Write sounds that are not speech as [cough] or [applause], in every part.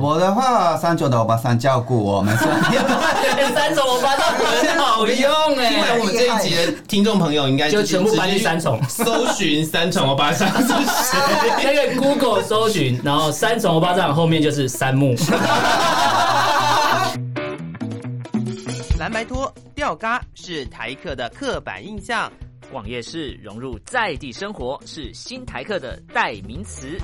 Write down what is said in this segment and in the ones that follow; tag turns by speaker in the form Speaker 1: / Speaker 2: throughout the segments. Speaker 1: 我的话，三九的欧巴桑照顾我们，所以
Speaker 2: 哎，三重我巴掌很好用
Speaker 3: 听
Speaker 2: 哎
Speaker 3: 完我们这一集的听众朋友应该
Speaker 2: 就全部
Speaker 3: 直接
Speaker 2: 搬去三 [laughs] 重
Speaker 3: 搜寻三重欧巴桑是谁。
Speaker 2: 那个 Google 搜寻，然后三重欧巴掌后面就是三 [laughs] 木。
Speaker 4: 蓝白拖、吊嘎是台客的刻板印象。
Speaker 5: 逛夜市融入在地生活是新台客的代名词。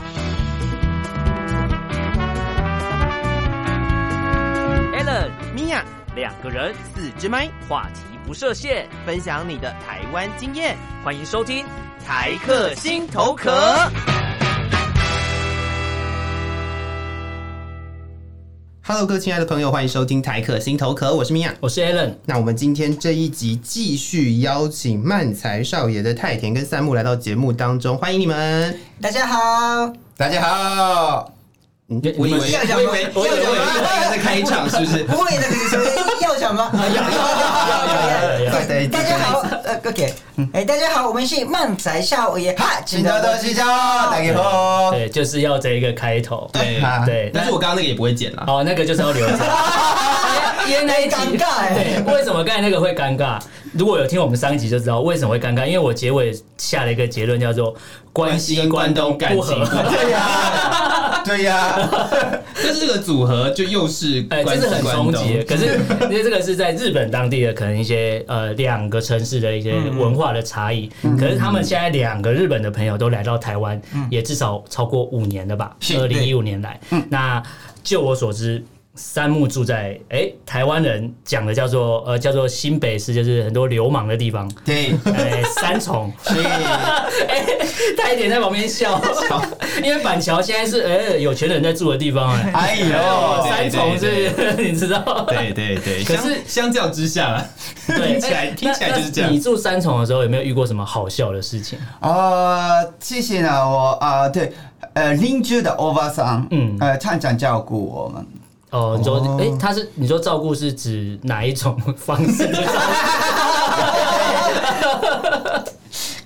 Speaker 5: Allen
Speaker 4: 米娅，
Speaker 5: 两个人，
Speaker 4: 四支麦，
Speaker 5: 话题不设限，
Speaker 4: 分享你的台湾经验，
Speaker 5: 欢迎收听。
Speaker 4: 台客心头壳。
Speaker 3: [laughs] Hello，各位亲爱的朋友，欢迎收听台客心头壳，我是米娅。
Speaker 2: 我是 Alan，
Speaker 3: 那我们今天这一集继续邀请漫才少爷的太田跟三木来到节目当中，欢迎你们。
Speaker 6: 大家好，
Speaker 1: [laughs] 大家好，
Speaker 3: 嗯
Speaker 1: 我以为
Speaker 6: 要讲吗？
Speaker 3: 我以为
Speaker 6: 要
Speaker 3: 我以
Speaker 6: 讲
Speaker 3: 为
Speaker 6: 吗？
Speaker 3: 大家在开场是不是？
Speaker 6: 不会的，要讲吗？
Speaker 3: 对对，
Speaker 6: 大家好，呃，OK，哎，大家好，我们是漫才少爷哈，
Speaker 1: 请多多指教，大家好。
Speaker 2: 对，就是要这一个开头。
Speaker 3: 对
Speaker 1: 啊
Speaker 2: 哦对
Speaker 3: 但是我刚刚那个也不会剪啦。
Speaker 2: 好，那个就是要留 [laughs] 着。E 因为那一集
Speaker 6: 很尴尬欸
Speaker 2: 对，为什么刚才那个会尴尬？如果有听我们上一集就知道为什么会尴尬，因为我结尾下了一个结论，叫做关西跟关东
Speaker 3: 感
Speaker 2: 不
Speaker 3: 情
Speaker 2: 合。
Speaker 1: 对呀，对呀，
Speaker 3: 但是这个组合就又是
Speaker 2: 哎，
Speaker 3: 关
Speaker 2: 这
Speaker 3: 西
Speaker 2: 是很
Speaker 3: 关
Speaker 2: 冲
Speaker 3: 东
Speaker 2: 击的。可
Speaker 3: [laughs]
Speaker 2: 是因为这个是在日本当地的，可能一些呃两个城市的一些
Speaker 1: 嗯
Speaker 2: 文化的差异。可是他们现在两个日本的朋友都来到台湾，也至少超过五年了吧？
Speaker 1: 嗯是
Speaker 2: 二零
Speaker 1: 对嗯
Speaker 2: 一五年来，那就我所知。三木住在哎、台湾人讲的叫做呃叫做新北市，就是很多流氓的
Speaker 1: [laughs]
Speaker 2: 地方。
Speaker 1: 对，
Speaker 2: 哎、三重，
Speaker 1: 所以
Speaker 2: [laughs] 哎、他一点在旁边笑，因为板桥现在是哎、有钱人在住的地
Speaker 1: [laughs]
Speaker 2: 方哎、
Speaker 1: 哎
Speaker 3: 哦
Speaker 1: 呦，
Speaker 2: 三重是 [laughs] 你知道？
Speaker 3: 对对 [laughs] 对，
Speaker 2: 可
Speaker 3: 可
Speaker 2: 是
Speaker 3: 是相较之下啦，
Speaker 2: 对，
Speaker 3: 听起来
Speaker 2: 哎
Speaker 3: 听起来
Speaker 2: 那
Speaker 3: 就是这样
Speaker 2: 那你住三重的时候有没有遇过什么好笑的事情？
Speaker 1: 呃，谢谢呢，我啊，对，呃，邻居的欧巴桑，嗯，
Speaker 2: 嗯
Speaker 1: 呃，常常照顾我们。
Speaker 2: 哦，你说，
Speaker 1: 哦
Speaker 2: 哎、他是你说照顾是指哪一种方式 [laughs] 的照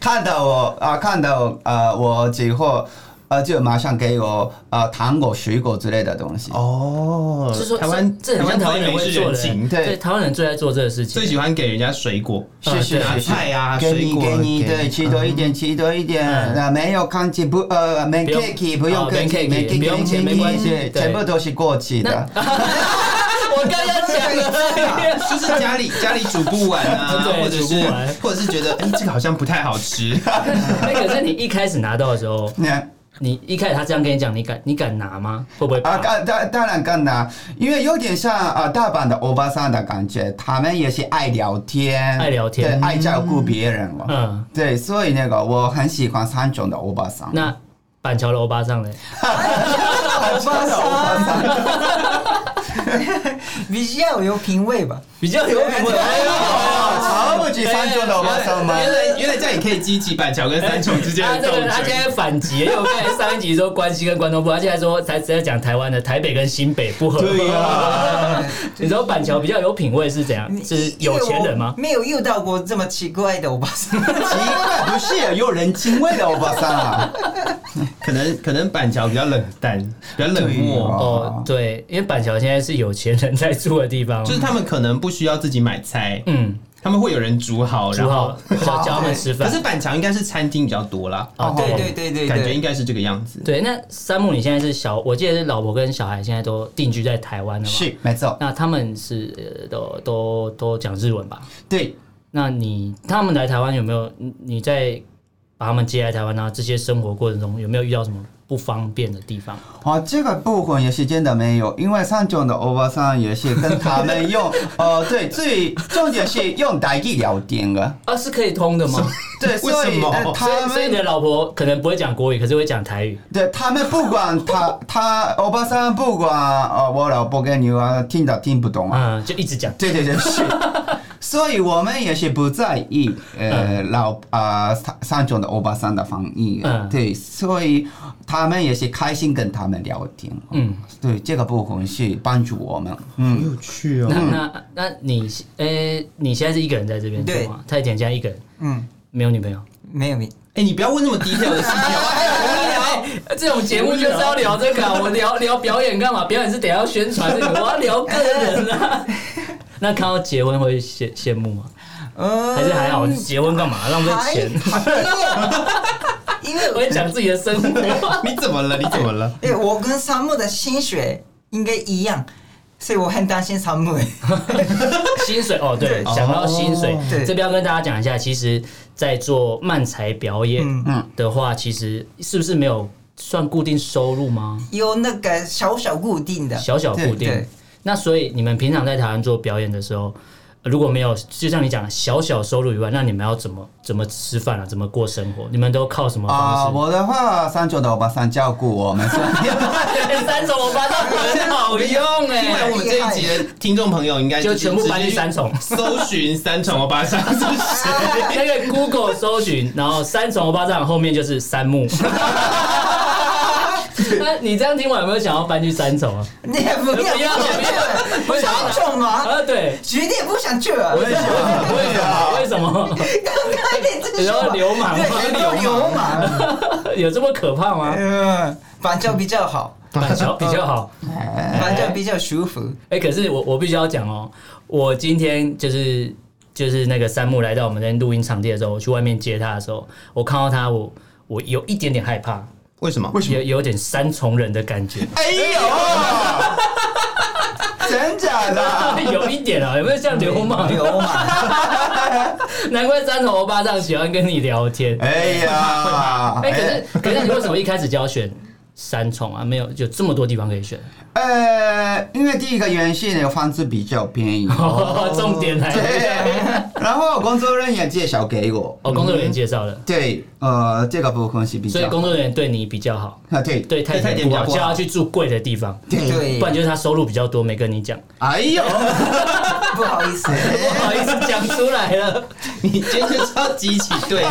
Speaker 1: 看到我啊、看到呃，我之后呃，就马上给我呃糖果、水果之类的东西。
Speaker 3: 哦
Speaker 2: 顾？是说
Speaker 3: 台湾
Speaker 2: 这好像台湾人会
Speaker 3: 是
Speaker 2: 做
Speaker 3: 人
Speaker 2: 的，
Speaker 3: 情，
Speaker 1: 对
Speaker 2: 台湾人最爱做这个事情
Speaker 3: 最。喜欢给人家水果，
Speaker 1: 是是
Speaker 3: 拿
Speaker 1: 是是，
Speaker 3: 菜啊，
Speaker 1: 给
Speaker 3: 水
Speaker 1: 你
Speaker 3: 果
Speaker 1: 给你，
Speaker 3: 给
Speaker 1: 对，吃多一点，吃多一点。
Speaker 2: 嗯
Speaker 1: 那没有看期不呃，没
Speaker 2: 不用
Speaker 1: cake 不用
Speaker 2: 啊
Speaker 1: cake，
Speaker 2: 没 cake，
Speaker 1: 没 cake
Speaker 2: 不用钱没关系对
Speaker 1: 全部都是过期的。
Speaker 2: [laughs] 我刚要讲
Speaker 3: [laughs]
Speaker 2: 了，
Speaker 3: 嗯就是家里家里煮不完啊，
Speaker 2: 对
Speaker 3: 或者
Speaker 2: 煮
Speaker 3: 是
Speaker 2: 不完
Speaker 3: 或者是觉得哎、这个好像不太好吃，
Speaker 2: 哎可是你一开始拿到的时候，
Speaker 1: [laughs] 那
Speaker 2: 你一开始他这样跟你讲，你敢你敢拿吗？会不会怕？
Speaker 1: 啊，当当当然干啦，因为有点像啊大阪的欧巴桑的感觉，他们也是爱聊天，
Speaker 2: 爱聊天
Speaker 1: 对，爱照顾别人了。
Speaker 2: 嗯，
Speaker 1: 对，所以那个我很喜欢三种的欧巴桑。
Speaker 2: 那板桥楼巴上嘞，
Speaker 1: [laughs]
Speaker 6: 欧巴桑，比较有品味吧？
Speaker 2: 比较有品味。哎呦
Speaker 1: 哦，瞧不起三种的欧巴桑吗？
Speaker 3: 原来原来这样也可以激起板桥跟三重之
Speaker 2: [laughs]
Speaker 3: 间
Speaker 2: 他
Speaker 3: 的
Speaker 2: 这
Speaker 3: 斗
Speaker 2: 个他现
Speaker 3: 争。
Speaker 2: 在反击，因为我刚才上一集说关西跟关东不，他现在说才直接讲台湾的台北跟新北不合。
Speaker 1: 对
Speaker 2: 呀，你知道板桥比较有品味是怎样？是有钱人吗？
Speaker 6: 没有遇到过这么奇怪的欧巴桑，
Speaker 1: 奇怪，不是有人情味的欧巴桑啊？
Speaker 3: 可能可能板桥比较冷淡，比较冷
Speaker 1: 对
Speaker 3: 漠，
Speaker 1: 啊
Speaker 2: 哦，对，因为板桥现在是有钱人在住的地方，
Speaker 3: 就是他们可能不需要自己买菜，
Speaker 2: 嗯，
Speaker 3: 他们会有人煮好，然
Speaker 2: 煮
Speaker 3: 后
Speaker 2: 好教教他们吃
Speaker 3: 可
Speaker 2: 饭
Speaker 3: 是。板桥应该是餐厅比较多啦，
Speaker 2: 哦
Speaker 6: 对对对对
Speaker 3: 感觉应
Speaker 6: 对，
Speaker 3: 该是这个样子。
Speaker 2: 对，那三木你现在是小，我记得是老婆跟小孩现在都定居在台湾了嘛？。
Speaker 1: 是，没错，
Speaker 2: 那他们是呃都都都讲日文吧？
Speaker 1: 对。
Speaker 2: 那你他们来台湾有没有？你你在把他们接来台湾，然后这些生活过程中有没有遇到什么不方便的地方？
Speaker 1: 哦，这个部分也是真的没有，因为三种的欧巴桑也是跟他们
Speaker 3: [laughs]
Speaker 1: 用，呃，对，最重点是用台语聊天啊。
Speaker 2: 啊，是可以通的吗？
Speaker 1: 对，
Speaker 3: 为
Speaker 1: 所
Speaker 3: 什
Speaker 1: 以
Speaker 3: 么
Speaker 1: 呃
Speaker 2: 所
Speaker 1: 他
Speaker 2: 以所以你
Speaker 1: 们
Speaker 2: 的老婆可能不会讲国语，可是会讲台语。
Speaker 1: 对他们不管
Speaker 2: [laughs]
Speaker 1: 他他欧巴桑不管呃我老婆跟女儿听都听不懂啊。
Speaker 2: 嗯，就一直讲。
Speaker 1: 对对对是，所以我们也是不在意呃老啊、三三种的欧巴桑的翻译，啊
Speaker 2: 嗯
Speaker 1: 对，所以他们也是开心跟他们聊天，啊
Speaker 2: 嗯，
Speaker 1: 对这个部分是帮助我们，嗯。
Speaker 3: 有趣
Speaker 2: 那那那你呃、你现在是一个人在这边住
Speaker 6: 对
Speaker 2: 吗？太田现在一个人，
Speaker 6: 嗯，
Speaker 2: 没有女朋友。
Speaker 6: 没有没有。
Speaker 3: 哎、你不要问那么低调的事情，好不好
Speaker 6: 哎
Speaker 2: 这种节目就是要聊这个啊，我聊聊表演干嘛？表演是得要宣传这个，我要聊个人啊。 [laughs] 那看到结婚会羡羡慕吗？
Speaker 6: 嗯
Speaker 2: 还是还好，结婚干嘛浪费 [laughs]
Speaker 6: 还
Speaker 2: 钱？
Speaker 6: 好因为因
Speaker 2: 我
Speaker 6: 为
Speaker 2: 也讲自己的生活。
Speaker 3: 你怎么了？你怎么了？
Speaker 6: 对我跟山木的薪水应该一样，所以我很担心山木。
Speaker 2: [laughs] 薪水哦，对，
Speaker 6: 对
Speaker 2: 讲到薪水
Speaker 3: 哦，
Speaker 6: 对
Speaker 2: 这边要跟大家讲一下，其实，在做漫才表演
Speaker 6: 嗯
Speaker 2: 的话，其实是不是没有算固定收入吗？
Speaker 6: 有那个小小固定的，
Speaker 2: 小小固
Speaker 6: 对
Speaker 2: 定
Speaker 6: 对。
Speaker 2: 那所以你们平常在台湾做表演的时候，呃如果没有就像你讲的小小收入以外，那你们要怎么怎么吃饭啊？怎么过生活？你们都靠什么
Speaker 1: 啊、
Speaker 2: 方式？
Speaker 1: 我的话，三九的欧巴桑照顾我们，所以
Speaker 2: [laughs] 哎三重我发到很好用
Speaker 3: 听
Speaker 2: 哎
Speaker 3: 完我们这一集的听众朋友应该
Speaker 2: 就是全部搬去
Speaker 3: 直接
Speaker 2: 三重
Speaker 3: 搜寻三重欧巴桑是谁？ [laughs]
Speaker 2: 欸那个 Google 搜寻，然后三重欧巴掌后面就是三木。 [laughs] 那你这样听完有没有想要搬去三重啊？
Speaker 6: [laughs] 你也不要
Speaker 2: 不要
Speaker 6: 不想去了，不想呃中吗？
Speaker 2: 啊，对， [laughs]
Speaker 6: 绝对不想去了。
Speaker 2: 为什么？为什么？为什么？ [laughs]
Speaker 6: 刚刚你这是什
Speaker 2: 然后
Speaker 6: 么
Speaker 2: 流氓
Speaker 6: 对，很多流氓。
Speaker 2: 有这么可怕吗？
Speaker 6: 嗯， [laughs] 板桥比较好，
Speaker 2: 板桥比较好。
Speaker 6: 板桥比较舒 [laughs] 服。
Speaker 2: 哎、可是我我必须要讲哦，我今天就是就是那个三木来到我们那录音场地的时候，我去外面接他的时候，我看到他，我我有一点点害怕，
Speaker 3: 为什么？
Speaker 2: 有有点三重人的感觉， [laughs]
Speaker 1: 哎呦， [laughs] 真假
Speaker 2: [laughs]
Speaker 1: 的？
Speaker 2: 有一点啊，有没有像流氓？
Speaker 6: 流氓，
Speaker 2: [laughs] 难怪三重欧巴上喜欢跟你聊天。
Speaker 1: 哎呀，
Speaker 2: 哎、可是可是你为什么一开始就要选三重啊？没有，有这么多地方可以选，
Speaker 1: 呃，因为第一个原因是那个房子比较便
Speaker 2: [laughs]
Speaker 1: 宜，
Speaker 2: 重点来了。
Speaker 1: 对，啊然后工作人员介绍给我，
Speaker 2: 哦，工作人员介绍了，
Speaker 1: 对，呃，这个部分是比
Speaker 2: 所以
Speaker 1: 较，
Speaker 2: 工作人员对你比较好，
Speaker 1: 啊对，
Speaker 2: 对太
Speaker 3: 太
Speaker 2: 太
Speaker 3: 太
Speaker 2: 不好，
Speaker 3: 比较不好
Speaker 2: 叫他去住贵的地方。
Speaker 6: 对
Speaker 2: 不，然就是他收入比较多，没跟你讲，
Speaker 1: 哎呦，
Speaker 6: 不好意
Speaker 2: [laughs]
Speaker 6: 思，
Speaker 2: 不好意思讲出来了，
Speaker 3: 你今天就是要激起对立，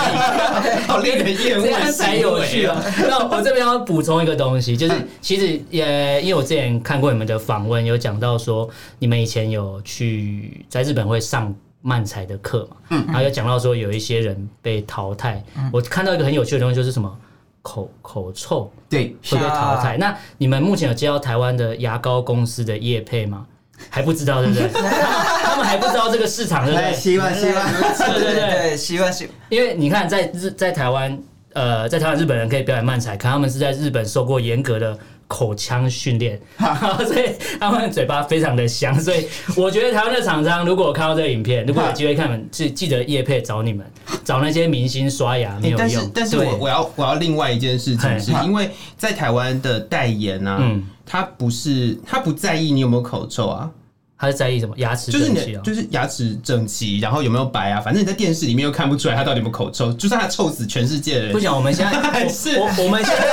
Speaker 3: 好令人厌恶
Speaker 2: 这
Speaker 3: 的行为
Speaker 2: 样
Speaker 3: 哦
Speaker 2: 才有趣啊！嗯那我这边要补充一个东西，就是其实也因为我之前看过你们的访问，有讲到说你们以前有去在日本会上。漫才的课嘛，然后有讲到说有一些人被淘汰，我看到一个很有趣的东西，就是什么口口臭
Speaker 1: 对，
Speaker 2: 会被淘汰。那你们目前有接到台湾的牙膏公司的业配吗？还不知道对不 [laughs] 对？他们还不知道这个市场对不
Speaker 1: 哎，
Speaker 2: 对？
Speaker 1: 希望希望，
Speaker 2: [laughs] 对对对
Speaker 6: 对，希望是
Speaker 2: 因为你看在，日在台湾，呃，在台湾日本人可以表演慢才，可他们是在日本受过严格的口腔训练， [laughs] 所以他们嘴巴非常的香。所以我觉得台湾的厂商如果看到这个影片，如果有机会看，们记记得叶配找你们，找那些明星刷牙没
Speaker 3: 欸
Speaker 2: 有
Speaker 3: 但是
Speaker 2: 用，。哎
Speaker 3: 但是我我要我要另外一件事情，是
Speaker 1: 嘿
Speaker 3: 因为在台湾的代言啊，
Speaker 2: 嗯
Speaker 3: 他不是他不在意你有没有口臭啊，
Speaker 2: 他是在意什么牙齿
Speaker 3: 就是
Speaker 2: 整
Speaker 3: 你
Speaker 2: 齐
Speaker 3: 的
Speaker 2: 哦。
Speaker 3: 就是牙齿整齐，然后有没有白啊，反正你在电视里面又看不出来他到底有没有口臭，就算他臭死全世界的
Speaker 2: 不
Speaker 3: 人。
Speaker 2: 讲，我们
Speaker 3: [laughs]
Speaker 2: 现在
Speaker 3: 还是
Speaker 2: 我我我们现在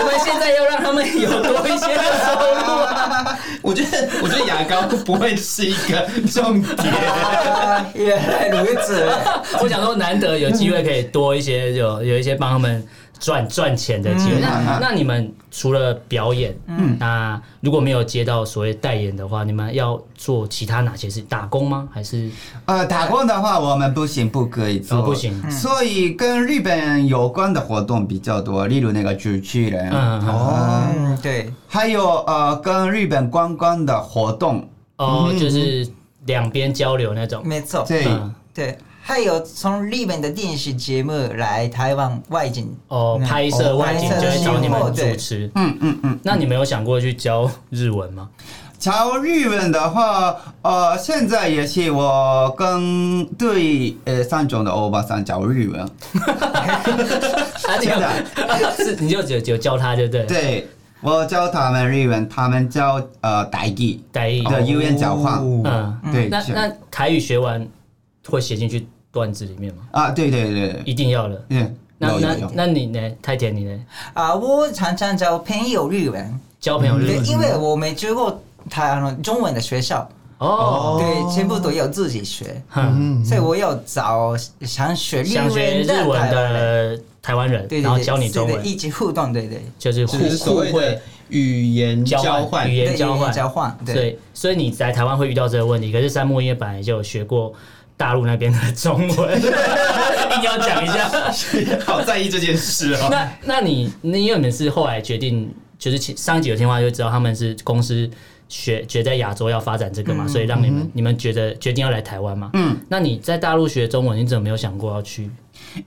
Speaker 2: 我们现在要让他们有多一些的收入啊！
Speaker 3: 我觉得我觉得牙膏不会是一个重点。 [laughs]
Speaker 6: 啊，原来如此。
Speaker 2: [laughs] 我想说，难得有机会可以多一些，有有一些帮他们赚赚钱的机会。那那你们除了表演，嗯，那如果没有接到所谓代言的话，你们要做其他哪些事？打工吗？还是
Speaker 1: 呃，打工的话我们不行，不可以做，
Speaker 2: 哦不行
Speaker 1: 所以跟日本有关的活动比较多，例如那个主持人，
Speaker 2: 嗯嗯嗯
Speaker 1: 哦，
Speaker 6: 嗯，对，
Speaker 1: 还有呃跟日本观光的活动，
Speaker 2: 哦，就是两边交流那种？
Speaker 6: 没错，
Speaker 1: 对，
Speaker 2: 嗯
Speaker 6: 对。还有从日本的电视节目来台湾外景，
Speaker 2: 哦，
Speaker 6: 嗯
Speaker 2: 拍摄外景就会找你们
Speaker 6: 哦
Speaker 2: 主
Speaker 6: 对
Speaker 2: 持。嗯嗯嗯。那你们有想过去教日文 [laughs] 吗？
Speaker 1: 教日文的话，呃，现在也是我跟对呃三种的欧巴桑教日文，
Speaker 2: 啊，你有 [laughs] 是你就只有教他就对了，
Speaker 1: 对我教他们日文，他们教呃台语
Speaker 2: 代意。
Speaker 1: 的语言交换，
Speaker 3: 哦
Speaker 2: 嗯，
Speaker 1: 对，
Speaker 2: 那
Speaker 1: 是
Speaker 2: 那台语学完会写进去段子里面吗？
Speaker 1: 啊，对对对对，
Speaker 2: 一定要的。
Speaker 1: 嗯，
Speaker 2: 那
Speaker 1: 有
Speaker 2: 那
Speaker 1: 有有，
Speaker 2: 那你呢？太田你呢？
Speaker 6: 啊，我常常找朋友日文，
Speaker 2: 交朋友日
Speaker 6: 嗯对，
Speaker 2: 文
Speaker 6: 因为我没去过台啊中文的学校，
Speaker 2: 哦，
Speaker 6: 对，全部都要自己学，
Speaker 2: 哼
Speaker 6: 所
Speaker 3: 嗯
Speaker 6: 以我要找想学日
Speaker 2: 想学
Speaker 6: 文
Speaker 2: 日
Speaker 6: 的
Speaker 2: 文
Speaker 6: 台湾人，
Speaker 2: 的台湾人，
Speaker 6: 对
Speaker 2: 嗯
Speaker 6: 对
Speaker 2: 然后
Speaker 6: 对，
Speaker 2: 教你中
Speaker 6: 对对
Speaker 2: 文，
Speaker 6: 一起互动，对对
Speaker 2: 就是
Speaker 3: 就
Speaker 2: 互
Speaker 3: 是所
Speaker 2: 互
Speaker 3: 谓的
Speaker 2: 惠
Speaker 3: 语言交
Speaker 2: 交
Speaker 3: 换
Speaker 2: 语，言
Speaker 6: 对，
Speaker 2: 交
Speaker 6: 语
Speaker 2: 换
Speaker 6: 言。交换，对
Speaker 2: 对，所以你在台湾会遇到这个问题，可是三木因为本来就有学过大陆那边的中 [laughs] 文，一定要讲一下。
Speaker 3: [laughs] 好在意这件事哦。
Speaker 2: 那那你，那因为你们是后来决定，就是其上一集有听话就知道他们是公司学学在亚洲要发展这个嘛，所以让你们、你们觉得决定要来台湾嘛。嗯，那你在大陆学中文，你怎么没有想过要去？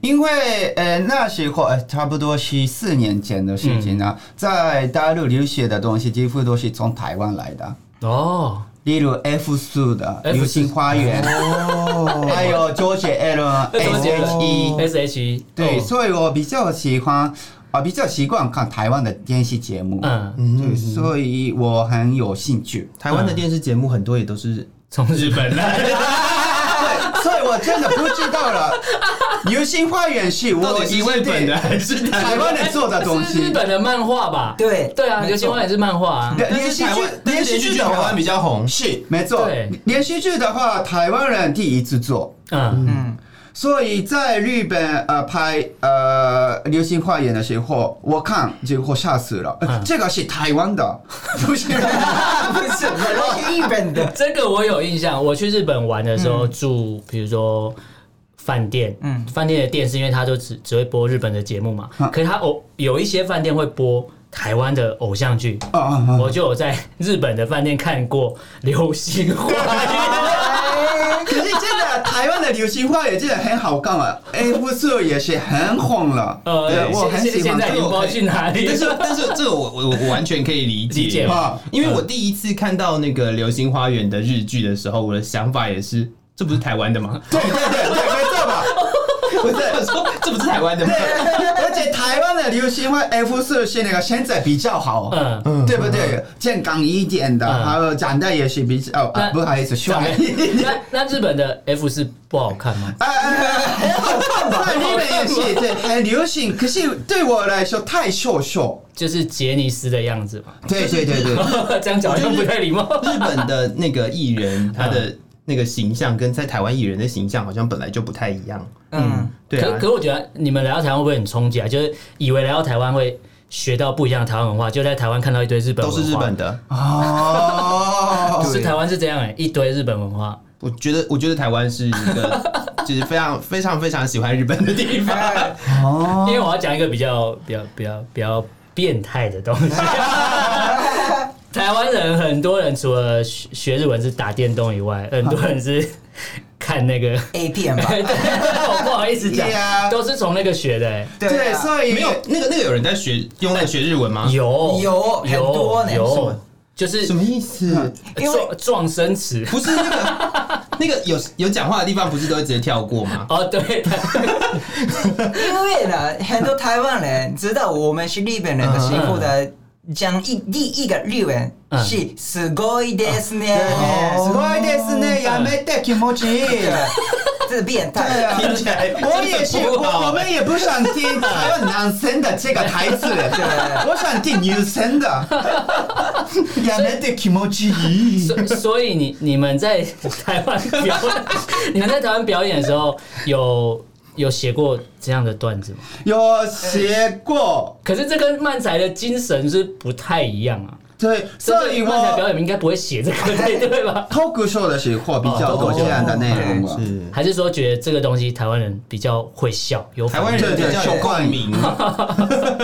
Speaker 1: 因为呃那时候呃差不多是四年前的事情啊，在大陆留学的东西几乎都是从台湾来的，
Speaker 2: 哦，
Speaker 1: 例如 F 四的
Speaker 2: F4
Speaker 1: 流星花园，还有 George Allen
Speaker 2: 那哎怎么解
Speaker 1: S H E，
Speaker 2: S H E
Speaker 1: 对，所以我比较喜欢啊、比较习惯看台湾的电视节目，
Speaker 2: 嗯，
Speaker 1: 对，所以我很有兴趣。
Speaker 3: 台湾的电视节目很多也都是
Speaker 2: 从日本来，
Speaker 1: 对，所以我真的不知道了，流星花园是
Speaker 3: 嗯到
Speaker 1: 我
Speaker 3: 底是
Speaker 1: 以为
Speaker 3: 日本的
Speaker 1: 对
Speaker 3: 还是
Speaker 1: 台
Speaker 3: 台湾？
Speaker 1: 湾人做的东
Speaker 2: [laughs] 是日
Speaker 1: 西。
Speaker 2: 本的漫画吧？
Speaker 6: 对
Speaker 2: 对啊，
Speaker 6: 没错
Speaker 2: 流星花也是漫画啊。
Speaker 1: 连
Speaker 3: [laughs]
Speaker 1: [laughs]
Speaker 3: 但
Speaker 1: 连
Speaker 3: 是
Speaker 1: 续
Speaker 3: 台
Speaker 1: 剧
Speaker 3: 湾，但是连续剧
Speaker 1: 的
Speaker 3: 台
Speaker 1: 话
Speaker 3: 湾比较红，
Speaker 1: 是没错
Speaker 2: 对。
Speaker 1: 连续剧的话，台湾人第一次做，
Speaker 2: 嗯，
Speaker 6: 嗯，
Speaker 1: 所以在日本呃拍呃《流星花园》的时候，我看结果吓死了。呃
Speaker 2: 嗯
Speaker 1: 这个是台湾
Speaker 2: [laughs]
Speaker 1: 的，不是
Speaker 6: 不是，我是日本的，
Speaker 2: 这个我有印象。我去日本玩的时
Speaker 1: 嗯
Speaker 2: 候住，比如说饭店，嗯，
Speaker 6: 嗯
Speaker 2: 饭店的店是因为他就只只会播日本的节目嘛，
Speaker 1: 嗯
Speaker 2: 可是他偶有一些饭店会播台湾的偶像剧。
Speaker 1: 啊啊啊
Speaker 2: 我就有在日本的饭店看过《流星
Speaker 1: [laughs]
Speaker 2: 花园
Speaker 1: 可是真的，台湾的流行花园真的很好看
Speaker 2: [laughs]
Speaker 1: 啊！F 四也是很红了，》，
Speaker 2: 呃，
Speaker 1: 对，我很
Speaker 2: 现现
Speaker 1: 喜
Speaker 2: 现
Speaker 1: 欢
Speaker 2: 在已
Speaker 1: 看
Speaker 2: 经不知道去哪里
Speaker 3: 但是 [laughs]
Speaker 2: 了。
Speaker 3: 但是这个我我我完全可以理解，
Speaker 2: 理解嘛
Speaker 1: 啊。
Speaker 3: 因为我第一次看到那个《流星花园》的日剧的时候，我的想法也是，这不是台湾的吗？
Speaker 1: 对对对对，没错吧？
Speaker 3: [laughs]
Speaker 2: [laughs]
Speaker 1: [laughs]
Speaker 3: 不是，我说这不是台湾的吗？
Speaker 1: 而且台湾的流行花 F 四是那个现在比较好，
Speaker 2: 嗯，
Speaker 1: 对不对？健康一点的，
Speaker 2: 嗯
Speaker 1: 还有长得也是比较，
Speaker 2: 那
Speaker 1: 啊不好意思，
Speaker 2: 那
Speaker 1: 帅一点。
Speaker 2: 那日本的 F 四不好看吗？
Speaker 1: 哎哎哎，很好看吧？在日本也是对，很流行。可是对我来说太瘦瘦，
Speaker 2: 就是杰尼斯的样子嘛。
Speaker 1: 对对对对，
Speaker 2: [laughs] 这样讲好像不太礼貌。
Speaker 3: 日本的那个艺人，他
Speaker 1: 嗯
Speaker 3: 的那个形象跟在台湾艺人的形象好像本来就不太一样。
Speaker 6: [laughs] 嗯，
Speaker 3: 对
Speaker 2: 可
Speaker 3: 啊
Speaker 2: 可，我觉得你们来到台湾会不会很冲击啊？就是以为来到台湾会学到不一样的台湾文化，就在台湾看到一堆日本
Speaker 3: 都
Speaker 2: 文化，
Speaker 3: 是日本的。
Speaker 1: 哦，
Speaker 2: 是台湾是这样哎、一堆日本文化。
Speaker 3: 我觉得，我觉得台湾是一个，
Speaker 1: [laughs]
Speaker 3: 就是非常非常非常喜欢日本的地方。
Speaker 2: [laughs] 因为我要讲一个比较比较比较比较变态的东西。台湾人很多人除了学学日文是打电动以外，很多人是看那个。 [laughs]
Speaker 6: A 片吧，
Speaker 2: 对，我不好意思讲
Speaker 1: Yeah
Speaker 2: 都是从那个学的、欸。
Speaker 1: 对，
Speaker 6: 啊
Speaker 1: 所以
Speaker 3: 没有那个那个有人在学用那个学日文吗？
Speaker 2: 有
Speaker 6: 有很多呢什
Speaker 2: 有
Speaker 6: 么，
Speaker 2: 就是
Speaker 3: 什么意
Speaker 1: 嗯
Speaker 3: 思？
Speaker 6: 因为
Speaker 2: 撞撞生词。
Speaker 3: 不是那个那个有有讲话的地方，不是都会直接跳过吗？
Speaker 2: 哦，对，
Speaker 6: 因为呢，很多台湾人知道我们是日本人的时候的。讲一第一个日文
Speaker 2: 嗯哦
Speaker 6: 是すごいですね，
Speaker 1: すごいですね。やめて気持ちいい。
Speaker 6: 这变
Speaker 1: 对
Speaker 6: 态
Speaker 1: 啊，
Speaker 3: 听起来
Speaker 1: [laughs] 我也是，
Speaker 3: 真的不好
Speaker 1: 我我们也不想听还有男生的这个台词，我想听女生的。やめて気持ちいい。
Speaker 2: 所所以你你们在台湾表演，你们在台湾表演的时候有有写过这样的段子吗？
Speaker 1: 有写过，
Speaker 2: 可是这跟漫才的精神是不太一样啊。
Speaker 1: 对，
Speaker 2: 真
Speaker 1: 所以
Speaker 2: 的漫才表
Speaker 1: 我
Speaker 2: 演应该不会写这个，对对 [laughs] 吧？
Speaker 1: 脱口秀的时候比较多这样的内容了。
Speaker 3: [laughs] 是
Speaker 2: 还是说觉得这个东西台湾人比较会笑，有
Speaker 3: 台
Speaker 2: 反
Speaker 3: 湾
Speaker 2: 应
Speaker 3: 人比较有共鸣，